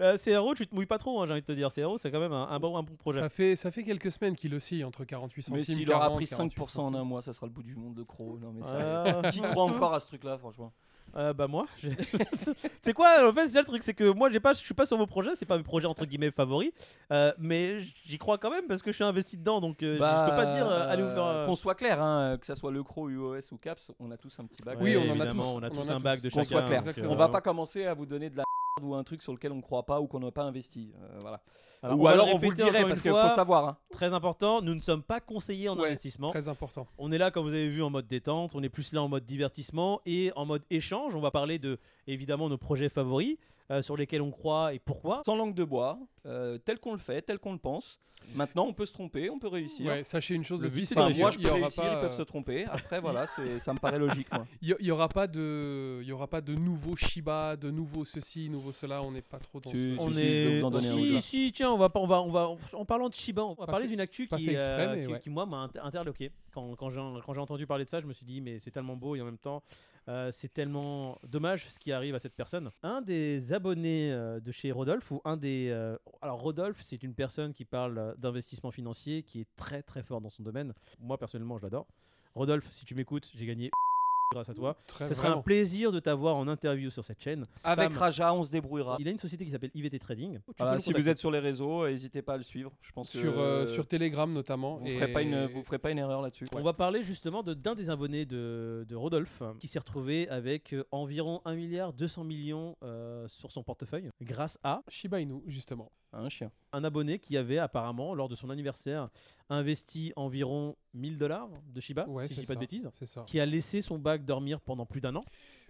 [SPEAKER 1] Euh, CRO, tu te mouilles pas trop, hein, j'ai envie de te dire. CRO, c'est quand même un, un bon, un bon projet.
[SPEAKER 3] Ça fait, ça fait quelques semaines qu'il oscille entre 48 centimes.
[SPEAKER 2] Mais s'il aura
[SPEAKER 3] 40,
[SPEAKER 2] pris
[SPEAKER 3] 48
[SPEAKER 2] 5% en
[SPEAKER 3] centimes.
[SPEAKER 2] un mois, ça sera le bout du monde de Crow. Non mais ça.
[SPEAKER 1] Ah,
[SPEAKER 2] Qui croit encore à ce truc-là, franchement
[SPEAKER 1] euh, bah moi, j'ai- c'est quoi En fait, c'est ça le truc, c'est que moi, j'ai pas, je suis pas sur vos projets, c'est pas mes projets entre guillemets favoris, euh, mais j'y crois quand même parce que je suis investi dedans, donc euh,
[SPEAKER 2] Bah,
[SPEAKER 1] je peux pas dire euh, allez vous faire. euh,
[SPEAKER 2] Qu'on soit clair, hein, que ça soit le Crow, UOS ou Caps, on a tous un petit bac.
[SPEAKER 1] Ouais,
[SPEAKER 3] Oui, on en a
[SPEAKER 1] évidemment,
[SPEAKER 3] tous,
[SPEAKER 1] on a
[SPEAKER 3] on en
[SPEAKER 1] tous
[SPEAKER 3] a
[SPEAKER 1] un
[SPEAKER 3] tous.
[SPEAKER 1] bac de
[SPEAKER 2] Qu'on
[SPEAKER 1] chacun.
[SPEAKER 2] soit clair,
[SPEAKER 1] donc, euh,
[SPEAKER 3] exactement.
[SPEAKER 2] On va pas commencer à vous donner de la merde ou un truc sur lequel on croit pas ou qu'on n'a pas investi. euh, voilà.
[SPEAKER 1] Alors,
[SPEAKER 2] ou
[SPEAKER 1] va
[SPEAKER 2] alors on vous le
[SPEAKER 1] répéter
[SPEAKER 2] dirait
[SPEAKER 1] encore
[SPEAKER 2] parce
[SPEAKER 1] une
[SPEAKER 2] qu'il
[SPEAKER 1] fois,
[SPEAKER 2] faut savoir. hein.
[SPEAKER 1] Très important, nous ne sommes pas conseillers en
[SPEAKER 3] Ouais,
[SPEAKER 1] investissement.
[SPEAKER 3] Très important.
[SPEAKER 1] On est là, comme vous avez vu, en mode détente. On est plus là en mode divertissement et en mode échange. On va parler de, évidemment, nos projets favoris, euh, sur lesquels on croit et pourquoi.
[SPEAKER 2] sans langue de bois, euh, tel qu'on le fait, tel qu'on le pense. Maintenant, on peut se tromper, on peut réussir.
[SPEAKER 3] Ouais, sachez une chose
[SPEAKER 1] Le
[SPEAKER 3] aussi,
[SPEAKER 1] but,
[SPEAKER 3] c'est
[SPEAKER 1] c'est
[SPEAKER 2] Enfin,
[SPEAKER 1] Bien
[SPEAKER 2] moi,
[SPEAKER 3] qu'il y
[SPEAKER 1] sûr,
[SPEAKER 2] je
[SPEAKER 3] il y
[SPEAKER 2] peux
[SPEAKER 3] aura
[SPEAKER 2] réussir, ils
[SPEAKER 3] pas,
[SPEAKER 2] peuvent se tromper. Après, voilà, c'est- ça me paraît logique. Moi.
[SPEAKER 3] Il y- il y aura pas de, il y aura pas de nouveau Shiba, de nouveau ceci, nouveau cela. On n'est pas trop dans.
[SPEAKER 2] Tu-
[SPEAKER 3] ce-
[SPEAKER 1] on
[SPEAKER 2] si,
[SPEAKER 1] est.
[SPEAKER 2] je vais vous en donner un ou deux.
[SPEAKER 1] si, si, tiens, on va, pas- on va, on va, en parlant de Shiba, on va
[SPEAKER 3] Pas
[SPEAKER 1] parler
[SPEAKER 3] fait-
[SPEAKER 1] d'une actu
[SPEAKER 3] pas
[SPEAKER 1] qui,
[SPEAKER 3] fait exprès,
[SPEAKER 1] euh,
[SPEAKER 3] mais
[SPEAKER 1] qui-
[SPEAKER 3] ouais.
[SPEAKER 1] qui, moi m'a inter- interloqué. Quand, quand j'ai quand j'ai entendu parler de ça, je me suis dit, mais c'est tellement beau et en même temps, euh, c'est tellement dommage ce qui arrive à cette personne. Un des abonnés euh, de chez Rodolphe, ou un des. euh, alors, Rodolphe, c'est une personne qui parle euh, d'investissement financier, qui est très très fort dans son domaine. Moi, personnellement, je l'adore. Rodolphe, si tu m'écoutes, j'ai gagné grâce à toi.
[SPEAKER 3] Très
[SPEAKER 1] Ce serait un
[SPEAKER 3] vraiment.
[SPEAKER 1] plaisir de t'avoir en interview sur cette chaîne.
[SPEAKER 2] Avec
[SPEAKER 1] Spam.
[SPEAKER 2] Raja, on se débrouillera.
[SPEAKER 1] Il a une société qui s'appelle IVT Trading. Oh, Tu peux
[SPEAKER 2] Voilà,
[SPEAKER 1] le
[SPEAKER 2] Ah, si vous
[SPEAKER 1] contacter.
[SPEAKER 2] êtes sur les réseaux, euh, n'hésitez pas à le suivre. Je pense
[SPEAKER 3] sur,
[SPEAKER 2] que
[SPEAKER 3] euh, sur Telegram notamment.
[SPEAKER 2] vous
[SPEAKER 3] et-
[SPEAKER 2] ferez pas une, vous ferez pas une erreur là-dessus.
[SPEAKER 1] On va parler justement de- d'un des abonnés de, de Rodolphe euh, qui s'est retrouvé avec euh, environ 1 milliard 200 millions euh, sur son portefeuille grâce à
[SPEAKER 3] Shiba Inu justement.
[SPEAKER 2] Un chien.
[SPEAKER 1] un abonné qui avait apparemment lors de son anniversaire investi environ 1000 dollars de Shiba,
[SPEAKER 3] Ouais,
[SPEAKER 1] Ah, si je
[SPEAKER 3] c'est
[SPEAKER 1] dis pas
[SPEAKER 3] ça,
[SPEAKER 1] de bêtises,
[SPEAKER 3] C'est ça.
[SPEAKER 1] qui a laissé son bac dormir pendant plus d'un an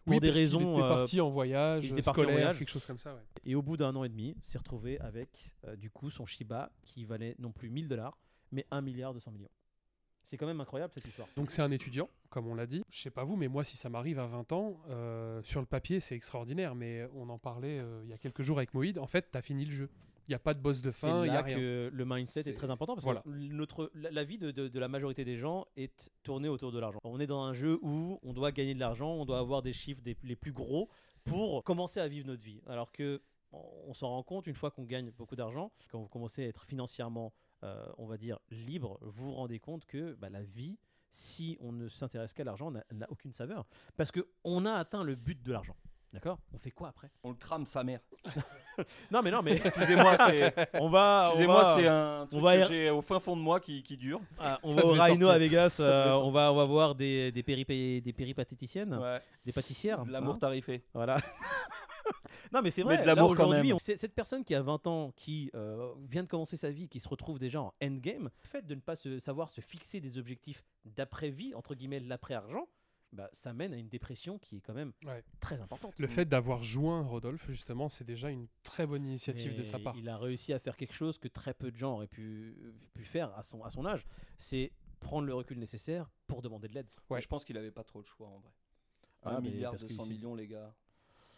[SPEAKER 1] pour
[SPEAKER 3] Oui,
[SPEAKER 1] des
[SPEAKER 3] parce qu'il
[SPEAKER 1] raisons
[SPEAKER 3] était
[SPEAKER 1] euh,
[SPEAKER 3] parti en voyage,
[SPEAKER 1] il était parti en
[SPEAKER 3] scolaire,
[SPEAKER 1] voyage.
[SPEAKER 3] quelque chose comme ça. ouais.
[SPEAKER 1] et au bout d'un an et demi s'est retrouvé avec euh, du coup son Shiba qui valait non plus 1000 dollars mais 1 milliard 200 millions. C'est quand même incroyable cette histoire.
[SPEAKER 3] Donc c'est un étudiant, comme on l'a dit. Je sais pas vous, mais moi si ça m'arrive à 20 ans, euh, sur le papier c'est extraordinaire, mais on en parlait euh, il y a quelques jours avec Moïd, en fait t'as fini le jeu. Il n'y a pas de boss de
[SPEAKER 1] C'est
[SPEAKER 3] fin, il n'y a
[SPEAKER 1] là
[SPEAKER 3] rien.
[SPEAKER 1] que le mindset est,
[SPEAKER 3] C'est-
[SPEAKER 1] très important parce
[SPEAKER 3] voilà.
[SPEAKER 1] que notre, la, la vie de, de- de la majorité des gens est tournée autour de l'argent. On est dans un jeu où on doit gagner de l'argent, on doit avoir des chiffres des- les plus gros pour commencer à vivre notre vie. Alors que on on s'en rend compte une fois qu'on gagne beaucoup d'argent, quand vous commencez à être financièrement, euh, on va dire, libre, vous vous rendez compte que bah, la vie, si on ne s'intéresse qu'à l'argent, n'a n'a aucune saveur. Parce qu'on a atteint le but de l'argent. D'accord On fait quoi après
[SPEAKER 2] On le crame sa mère.
[SPEAKER 1] Non mais non mais
[SPEAKER 2] Excusez-moi, c'est.
[SPEAKER 1] on va... Ah, on
[SPEAKER 2] Excusez-moi,
[SPEAKER 1] va-
[SPEAKER 2] c'est un truc
[SPEAKER 1] va
[SPEAKER 2] que
[SPEAKER 1] y-
[SPEAKER 2] j'ai au fin fond de moi qui, qui dure.
[SPEAKER 1] Ah, on
[SPEAKER 3] Ça
[SPEAKER 1] va au
[SPEAKER 3] devait
[SPEAKER 1] Rhino
[SPEAKER 3] sortir.
[SPEAKER 1] à Vegas, euh,
[SPEAKER 2] devait sortir.
[SPEAKER 1] on, va, on va voir des, des, péripé- des péripatéticiennes,
[SPEAKER 2] Ouais.
[SPEAKER 1] des pâtissières.
[SPEAKER 2] De l'amour
[SPEAKER 1] hein,
[SPEAKER 2] tarifé.
[SPEAKER 1] voilà. non, mais c'est vrai,
[SPEAKER 2] Mais de
[SPEAKER 1] là,
[SPEAKER 2] l'amour quand
[SPEAKER 1] aujourd'hui,
[SPEAKER 2] même.
[SPEAKER 1] on- c'est- cette personne qui a 20 ans, qui euh, vient de commencer sa vie, qui se retrouve déjà en endgame, le fait de ne pas se, savoir se fixer des objectifs d'après-vie, entre guillemets, de l'après-argent, bah, ça mène à une dépression qui est quand même
[SPEAKER 3] Ouais.
[SPEAKER 1] très importante. Mm.
[SPEAKER 3] Le fait d'avoir joint Rodolphe, justement, c'est déjà une très bonne initiative de
[SPEAKER 1] Mais
[SPEAKER 3] sa part.
[SPEAKER 1] Il a réussi à faire quelque chose que très peu de gens auraient pu, pu faire à son, à son âge, c'est prendre le recul nécessaire pour demander de l'aide.
[SPEAKER 3] Ouais.
[SPEAKER 2] Je pense qu'il n'avait pas trop de choix en vrai.
[SPEAKER 1] Ah,
[SPEAKER 2] 1
[SPEAKER 1] mais
[SPEAKER 2] milliard
[SPEAKER 1] parce que
[SPEAKER 2] 200
[SPEAKER 1] il s'est-
[SPEAKER 2] millions, les gars.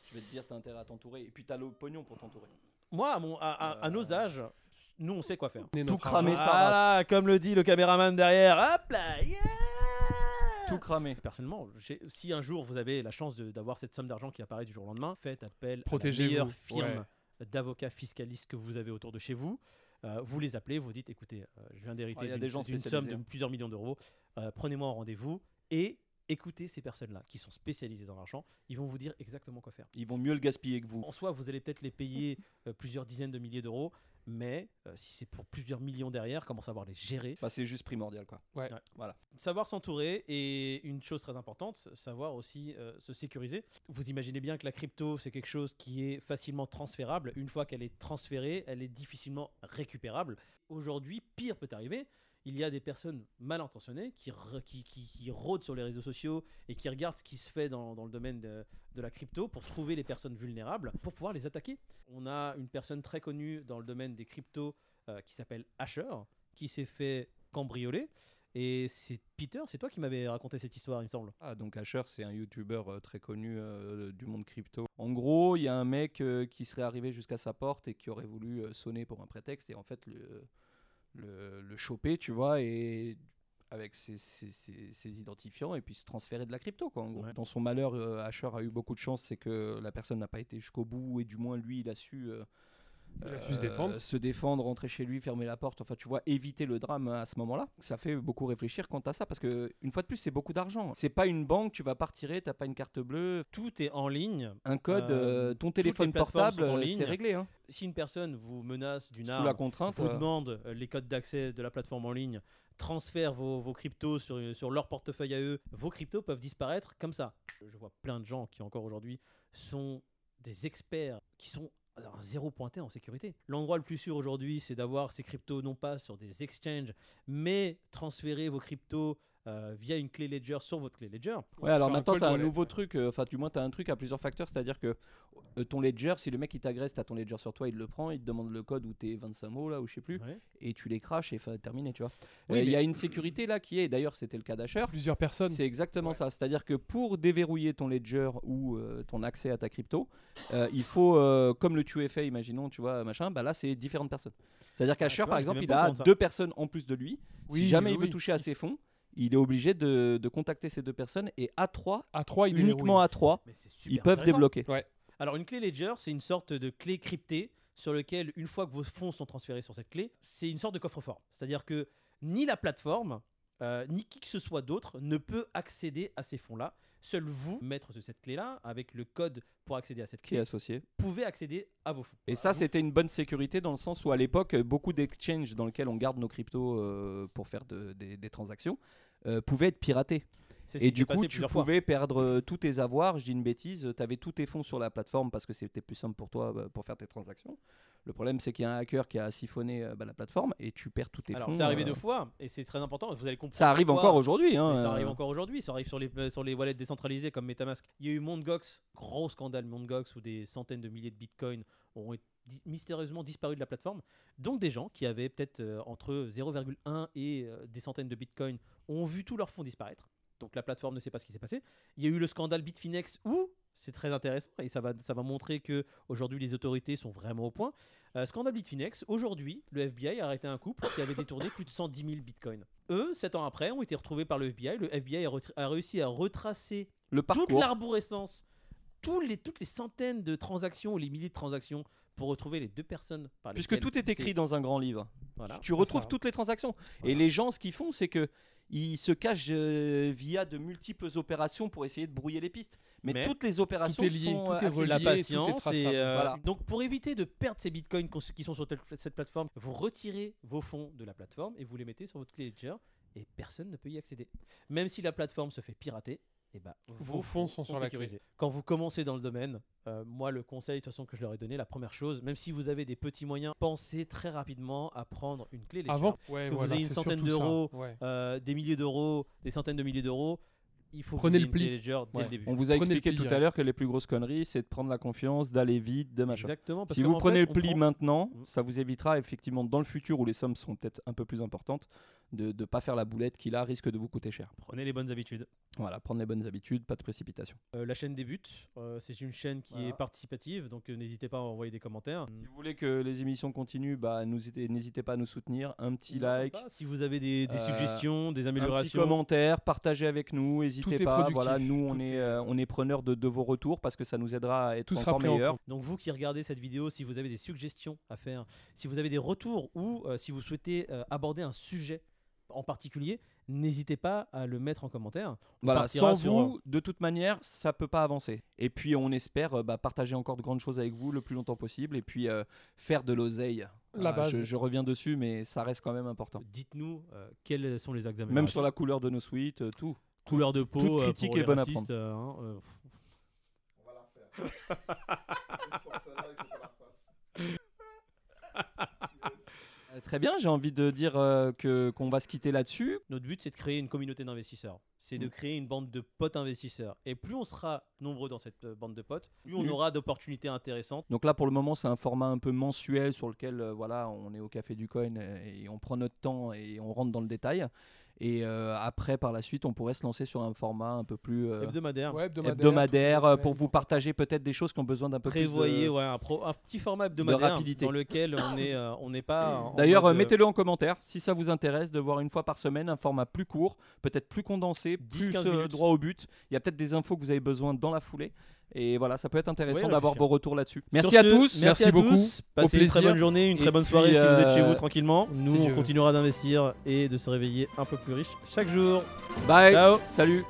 [SPEAKER 2] Je vais te dire, t'as intérêt à t'entourer. Et puis t'as le pognon pour t'entourer.
[SPEAKER 1] Moi, à, mon- à- à- à nos
[SPEAKER 2] Euh.
[SPEAKER 1] âges, nous, on sait quoi faire.
[SPEAKER 3] On est
[SPEAKER 2] tout
[SPEAKER 3] notre
[SPEAKER 2] cramé.
[SPEAKER 3] argent.
[SPEAKER 2] sa
[SPEAKER 1] Ah, comme le dit le caméraman derrière, hop là, yeah
[SPEAKER 2] Tout cramé.
[SPEAKER 1] Personnellement, j'ai- si un jour vous avez la chance de- d'avoir cette somme d'argent qui apparaît du jour au lendemain, faites appel à la
[SPEAKER 3] Protégez-vous,
[SPEAKER 1] meilleure firme
[SPEAKER 3] ouais.
[SPEAKER 1] d'avocats fiscalistes que vous avez autour de chez vous. Euh, vous les appelez, vous dites écoutez, euh, je viens d'hériter
[SPEAKER 2] Ah, il y a
[SPEAKER 1] d'une-
[SPEAKER 2] des gens
[SPEAKER 1] d'une somme
[SPEAKER 2] spécialisés,
[SPEAKER 1] de
[SPEAKER 2] hein.
[SPEAKER 1] plusieurs millions d'euros, Euh, prenez-moi en rendez-vous et écoutez ces personnes-là qui sont spécialisées dans l'argent. Ils vont vous dire exactement quoi faire.
[SPEAKER 2] Ils vont mieux le gaspiller que vous.
[SPEAKER 1] En soi, vous allez peut-être les payer euh, plusieurs dizaines de milliers d'euros, mais euh, si c'est pour plusieurs millions derrière, comment savoir les gérer
[SPEAKER 2] Bah, c'est juste primordial, quoi.
[SPEAKER 1] Savoir s'entourer et une chose très importante, savoir aussi euh, se sécuriser. Vous imaginez bien que la crypto, c'est quelque chose qui est facilement transférable. Une fois qu'elle est transférée, elle est difficilement récupérable. Aujourd'hui, pire peut arriver. Il y a des personnes mal intentionnées qui, re- qui, qui- qui rôdent sur les réseaux sociaux et qui regardent ce qui se fait dans, dans le domaine de, de la crypto pour trouver les personnes vulnérables, pour pouvoir les attaquer. On a une personne très connue dans le domaine des cryptos euh, qui s'appelle Asher, qui s'est fait cambrioler. Et c'est Peter, c'est toi qui m'avais raconté cette histoire, il me semble.
[SPEAKER 2] Ah, donc Asher, c'est un YouTuber euh, très connu euh, du monde crypto. En gros, il y a un mec euh, qui serait arrivé jusqu'à sa porte et qui aurait voulu euh, sonner pour un prétexte et en fait le, le, le choper, tu vois, et avec ses, ses- ses- ses identifiants et puis se transférer de la crypto, quoi. en gros.
[SPEAKER 1] Ouais.
[SPEAKER 2] Dans son malheur, euh, Asher a eu beaucoup de chance, c'est que la personne n'a pas été jusqu'au bout et du moins lui, il a su. euh,
[SPEAKER 3] Il a su se défendre.
[SPEAKER 2] se défendre, rentrer chez lui, fermer la porte, enfin tu vois, éviter le drame à ce moment-là. Ça fait beaucoup réfléchir quant à ça parce que une fois de plus, c'est beaucoup d'argent. C'est pas une banque, tu vas pas retirer, t'as pas une carte bleue,
[SPEAKER 1] Tout est en ligne.
[SPEAKER 2] un code,
[SPEAKER 1] Euh,
[SPEAKER 2] euh, ton
[SPEAKER 1] les
[SPEAKER 2] téléphone
[SPEAKER 1] plateformes
[SPEAKER 2] portable,
[SPEAKER 1] sont en
[SPEAKER 2] euh,
[SPEAKER 1] ligne.
[SPEAKER 2] c'est réglé. Hein.
[SPEAKER 1] Si une personne vous menace d'une
[SPEAKER 2] Sous la
[SPEAKER 1] arme,
[SPEAKER 2] contrainte,
[SPEAKER 1] vous
[SPEAKER 2] euh,
[SPEAKER 1] demande euh, les codes d'accès de la plateforme en ligne, transfère vos, vos cryptos sur, euh, sur leur portefeuille à eux, vos cryptos peuvent disparaître comme ça. Je vois plein de gens qui encore aujourd'hui sont des experts qui sont à un zéro pointé en sécurité. L'endroit le plus sûr aujourd'hui, c'est d'avoir ces cryptos non pas sur des exchanges, mais transférer vos cryptos euh, via une clé Ledger sur votre clé Ledger.
[SPEAKER 2] Ouais, alors
[SPEAKER 3] Sur un
[SPEAKER 2] maintenant,
[SPEAKER 3] cold
[SPEAKER 2] t'as un
[SPEAKER 3] wallet,
[SPEAKER 2] nouveau
[SPEAKER 3] ouais.
[SPEAKER 2] truc, euh, enfin, du moins, t'as un truc à plusieurs facteurs, c'est-à-dire que euh, ton ledger, si le mec il t'agresse, t'as ton ledger sur toi, il le prend, il te demande le code ou tes 25 mots, là, ou je sais plus,
[SPEAKER 1] Ouais.
[SPEAKER 2] et tu les craches et fin, terminé, tu vois. Euh, Il
[SPEAKER 1] Oui,
[SPEAKER 2] y a une sécurité là qui est, d'ailleurs, c'était le cas d'Asher.
[SPEAKER 3] Plusieurs personnes.
[SPEAKER 2] C'est exactement ça. C'est-à-dire que pour déverrouiller ton ledger ou euh, ton accès à ta crypto, euh, il faut, euh, comme le tu fait, imaginons, tu vois, machin, bah là, c'est différentes personnes. C'est-à-dire qu'Asher,
[SPEAKER 1] Ah, tu vois,
[SPEAKER 2] par
[SPEAKER 1] j'étais
[SPEAKER 2] exemple,
[SPEAKER 1] même
[SPEAKER 2] il
[SPEAKER 1] pas au hein.
[SPEAKER 2] a
[SPEAKER 1] courant de ça.
[SPEAKER 2] deux personnes en plus de lui.
[SPEAKER 3] Oui,
[SPEAKER 2] si jamais
[SPEAKER 3] oui,
[SPEAKER 2] il veut
[SPEAKER 3] oui.
[SPEAKER 2] toucher à ses fonds, il est obligé de, de contacter ces deux personnes et à trois,
[SPEAKER 3] À 3, il
[SPEAKER 2] uniquement
[SPEAKER 3] déverrouille.
[SPEAKER 2] à trois,
[SPEAKER 1] Mais c'est Ah, super
[SPEAKER 2] ils peuvent
[SPEAKER 1] intéressant.
[SPEAKER 2] débloquer.
[SPEAKER 1] Alors une clé Ledger, c'est une sorte de clé cryptée sur laquelle, une fois que vos fonds sont transférés sur cette clé, c'est une sorte de coffre-fort. C'est-à-dire que ni la plateforme, euh, ni qui que ce soit d'autre ne peut accéder à ces fonds-là. Seul vous, maître de cette clé-là, avec le code pour accéder à cette
[SPEAKER 2] Qui est
[SPEAKER 1] clé,
[SPEAKER 2] associé.
[SPEAKER 1] pouvez accéder à vos fonds.
[SPEAKER 2] Et ça,
[SPEAKER 1] Vous-
[SPEAKER 2] c'était une bonne sécurité dans le sens où à l'époque, euh, beaucoup d'exchanges dans lesquels on garde nos cryptos euh, pour faire de- des, des transactions euh, pouvaient être piratés.
[SPEAKER 1] c'est ce qui
[SPEAKER 2] Et
[SPEAKER 1] s'est
[SPEAKER 2] du coup,
[SPEAKER 1] passé
[SPEAKER 2] tu
[SPEAKER 1] plusieurs fois.
[SPEAKER 2] pouvais perdre euh, tous tes avoirs, je dis une bêtise, tu avais tous tes fonds sur la plateforme parce que c'était plus simple pour toi euh, pour faire tes transactions. Le problème, c'est qu'il y a un hacker qui a siphonné euh, bah, la plateforme et tu perds tous tes
[SPEAKER 1] Alors
[SPEAKER 2] fonds.
[SPEAKER 1] c'est arrivé
[SPEAKER 2] euh,
[SPEAKER 1] deux fois, et c'est très important, vous allez comprendre.
[SPEAKER 2] Ça arrive
[SPEAKER 1] pourquoi.
[SPEAKER 2] encore aujourd'hui. hein,
[SPEAKER 1] Mais ça arrive
[SPEAKER 2] euh,
[SPEAKER 1] encore aujourd'hui, ça arrive sur les, euh, sur les wallets décentralisés comme Metamask. Il y a eu Mondgox, gros scandale Mondgox où des centaines de milliers de bitcoins ont été di- mystérieusement disparu de la plateforme. Donc des gens qui avaient peut-être euh, entre 0,1 et euh, des centaines de bitcoins ont vu tous leurs fonds disparaître. Donc la plateforme ne sait pas ce qui s'est passé. Il y a eu le scandale Bitfinex où c'est très intéressant et ça va, ça va montrer que aujourd'hui les autorités sont vraiment au point. Euh, scandale Bitfinex, aujourd'hui le FBI a arrêté un couple qui avait détourné plus de 110 000 bitcoins. Eux, 7 ans après, ont été retrouvés par le FBI. Le FBI a, retra- a réussi à retracer
[SPEAKER 2] Le
[SPEAKER 1] toute
[SPEAKER 2] parcours.
[SPEAKER 1] l'arborescence, tous les, toutes les centaines de transactions, les milliers de transactions pour retrouver les deux personnes par
[SPEAKER 2] Puisque tout est écrit dans un grand livre. Tu- tu
[SPEAKER 3] c'est
[SPEAKER 2] retrouves
[SPEAKER 3] ça.
[SPEAKER 2] toutes les transactions. Et
[SPEAKER 1] Voilà.
[SPEAKER 2] les gens, ce qu'ils font, c'est que ils se cachent euh, via de multiples opérations pour essayer de brouiller les pistes. Mais,
[SPEAKER 1] Mais
[SPEAKER 2] toutes les opérations
[SPEAKER 3] tout est lié,
[SPEAKER 2] sont
[SPEAKER 3] tout
[SPEAKER 2] euh,
[SPEAKER 3] est
[SPEAKER 2] accessibles.
[SPEAKER 3] relié.
[SPEAKER 1] la
[SPEAKER 3] tout est
[SPEAKER 1] patience.
[SPEAKER 3] traçable.
[SPEAKER 1] et, euh,
[SPEAKER 2] Voilà.
[SPEAKER 1] Donc, pour éviter de perdre ces bitcoins qu'on- qui sont sur telle- cette plateforme, vous retirez vos fonds de la plateforme et vous les mettez sur votre clé Ledger et personne ne peut y accéder. Même si la plateforme se fait pirater, et ben
[SPEAKER 3] Vos fonds sont sur la clé.
[SPEAKER 1] sécurisés. Quand vous commencez dans le domaine, euh, moi, le conseil de toute façon que je leur ai donné, la première chose, même si vous avez des petits moyens, pensez très rapidement à prendre une clé Ledger.
[SPEAKER 3] Avant ouais,
[SPEAKER 1] que vous
[SPEAKER 3] voilà,
[SPEAKER 1] ayez une
[SPEAKER 3] c'est
[SPEAKER 1] centaine
[SPEAKER 3] surtout ça.
[SPEAKER 1] d'euros,
[SPEAKER 3] Ouais.
[SPEAKER 1] Euh, des milliers d'euros, des centaines de milliers d'euros, il faut que
[SPEAKER 3] Prenez
[SPEAKER 1] vous ayez
[SPEAKER 3] le pli.
[SPEAKER 1] une clé Ledger dès
[SPEAKER 2] Ouais.
[SPEAKER 1] le début.
[SPEAKER 2] On vous a
[SPEAKER 3] Prenez le
[SPEAKER 2] expliqué
[SPEAKER 3] pli
[SPEAKER 2] tout à
[SPEAKER 3] direct.
[SPEAKER 2] l'heure que les plus grosses conneries, c'est de prendre la confiance, d'aller vite, de machin.
[SPEAKER 1] Exactement. Parce
[SPEAKER 2] Si
[SPEAKER 1] qu'en
[SPEAKER 2] vous
[SPEAKER 1] fait,
[SPEAKER 2] prenez
[SPEAKER 1] on
[SPEAKER 2] le pli
[SPEAKER 1] prend-
[SPEAKER 2] maintenant,
[SPEAKER 1] Mm.
[SPEAKER 2] ça vous évitera effectivement dans le futur où les sommes seront peut-être un peu plus importantes de ne pas faire la boulette qui là risque de vous coûter cher.
[SPEAKER 1] prenez les bonnes habitudes.
[SPEAKER 2] Voilà, prendre les bonnes habitudes, pas de précipitation.
[SPEAKER 3] Mm.
[SPEAKER 1] Euh, la chaîne débute. Euh, c'est une chaîne qui
[SPEAKER 2] Voilà.
[SPEAKER 1] est participative, donc euh, n'hésitez pas à envoyer des commentaires.
[SPEAKER 2] Si vous voulez que les émissions continuent, bah, nous- n'hésitez pas à nous soutenir, un petit
[SPEAKER 1] N'hésitez
[SPEAKER 2] like,
[SPEAKER 1] pas, Si vous avez des, des
[SPEAKER 2] Euh,
[SPEAKER 1] suggestions, des
[SPEAKER 2] un petit
[SPEAKER 1] améliorations.
[SPEAKER 2] commentaire, partagez avec nous, n'hésitez
[SPEAKER 3] Tout est
[SPEAKER 2] pas.
[SPEAKER 3] productif,
[SPEAKER 2] Voilà, nous on
[SPEAKER 3] tout
[SPEAKER 2] est,
[SPEAKER 3] est-
[SPEAKER 2] euh, on est preneur de, de vos retours parce que ça nous aidera à être
[SPEAKER 3] Tout sera
[SPEAKER 2] encore
[SPEAKER 3] pris en
[SPEAKER 2] meilleur.
[SPEAKER 3] compte.
[SPEAKER 1] donc vous qui regardez cette vidéo, si vous avez des suggestions à faire, si vous avez des retours ou euh, si vous souhaitez euh, aborder un sujet en particulier, n'hésitez pas à le mettre en commentaire.
[SPEAKER 2] Voilà,
[SPEAKER 1] partira
[SPEAKER 2] sans
[SPEAKER 1] sur euh,
[SPEAKER 2] vous, de toute manière, ça peut pas avancer. Et puis, on espère euh, bah, partager encore de grandes choses avec vous le plus longtemps possible et puis euh, faire de l'oseille.
[SPEAKER 3] La
[SPEAKER 2] Voilà, je,
[SPEAKER 3] base.
[SPEAKER 2] je reviens dessus, mais ça reste quand même important.
[SPEAKER 1] Dites-nous euh, quels sont les axes
[SPEAKER 2] Même
[SPEAKER 1] d'amélioration.
[SPEAKER 2] sur la couleur de nos suites, euh, tout.
[SPEAKER 1] couleur de peau,
[SPEAKER 2] toute
[SPEAKER 1] euh, pour
[SPEAKER 2] critique
[SPEAKER 1] les
[SPEAKER 2] est bonne à
[SPEAKER 1] racistes, euh, hein, euh,
[SPEAKER 4] On va la faire. Je pense que celle-là, il faut qu'on la fasse. Yes.
[SPEAKER 2] Euh, très bien, j'ai envie de dire euh, que qu'on va se quitter là-dessus.
[SPEAKER 1] Notre but, c'est de créer une communauté d'investisseurs. C'est de
[SPEAKER 2] Mm.
[SPEAKER 1] créer une bande de potes investisseurs. Et plus on sera nombreux dans cette euh, bande de potes, plus on
[SPEAKER 2] Mm.
[SPEAKER 1] aura d'opportunités intéressantes.
[SPEAKER 2] Donc là, pour le moment, c'est un format un peu mensuel sur lequel euh, voilà, on est au café du coin euh, et on prend notre temps et on rentre dans le détail. Et euh, après, par la suite, on pourrait se lancer sur un format un peu plus euh,
[SPEAKER 1] Hebdomadaires.
[SPEAKER 3] Ouais,
[SPEAKER 2] hebdomadaire
[SPEAKER 3] toutes les
[SPEAKER 2] euh, pour
[SPEAKER 3] semaines.
[SPEAKER 2] vous partager peut-être des choses qui ont besoin d'un peu
[SPEAKER 1] Prévoyez
[SPEAKER 2] plus de...
[SPEAKER 1] ouais, un, pro- un petit format hebdomadaire
[SPEAKER 2] rapidité.
[SPEAKER 1] dans lequel on n'est on n'est pas. en
[SPEAKER 2] D'ailleurs, euh,
[SPEAKER 1] mode, euh,
[SPEAKER 2] mettez-le en commentaire si ça vous intéresse de voir une fois par semaine un format plus court, peut-être plus condensé,
[SPEAKER 1] 10,
[SPEAKER 2] plus
[SPEAKER 1] 15
[SPEAKER 2] euh,
[SPEAKER 1] minutes.
[SPEAKER 2] droit au but. Il y a peut-être des infos que vous avez besoin dans la foulée. Et voilà, ça peut être intéressant
[SPEAKER 1] Ouais,
[SPEAKER 2] d'avoir
[SPEAKER 1] réfléchir.
[SPEAKER 2] vos retours là-dessus.
[SPEAKER 1] sur
[SPEAKER 2] Merci à
[SPEAKER 1] ce,
[SPEAKER 2] tous.
[SPEAKER 1] Merci,
[SPEAKER 3] Merci
[SPEAKER 1] à
[SPEAKER 3] beaucoup.
[SPEAKER 1] tous. Passez une très
[SPEAKER 3] plaisir.
[SPEAKER 1] bonne journée, une
[SPEAKER 2] Et
[SPEAKER 1] très bonne
[SPEAKER 2] puis,
[SPEAKER 1] soirée si vous êtes chez
[SPEAKER 2] euh,
[SPEAKER 1] vous tranquillement. Nous,
[SPEAKER 3] Dieu
[SPEAKER 1] on
[SPEAKER 3] veut.
[SPEAKER 1] continuera d'investir et de se réveiller un peu plus riche chaque jour.
[SPEAKER 2] Bye.
[SPEAKER 1] Ciao.
[SPEAKER 2] Salut.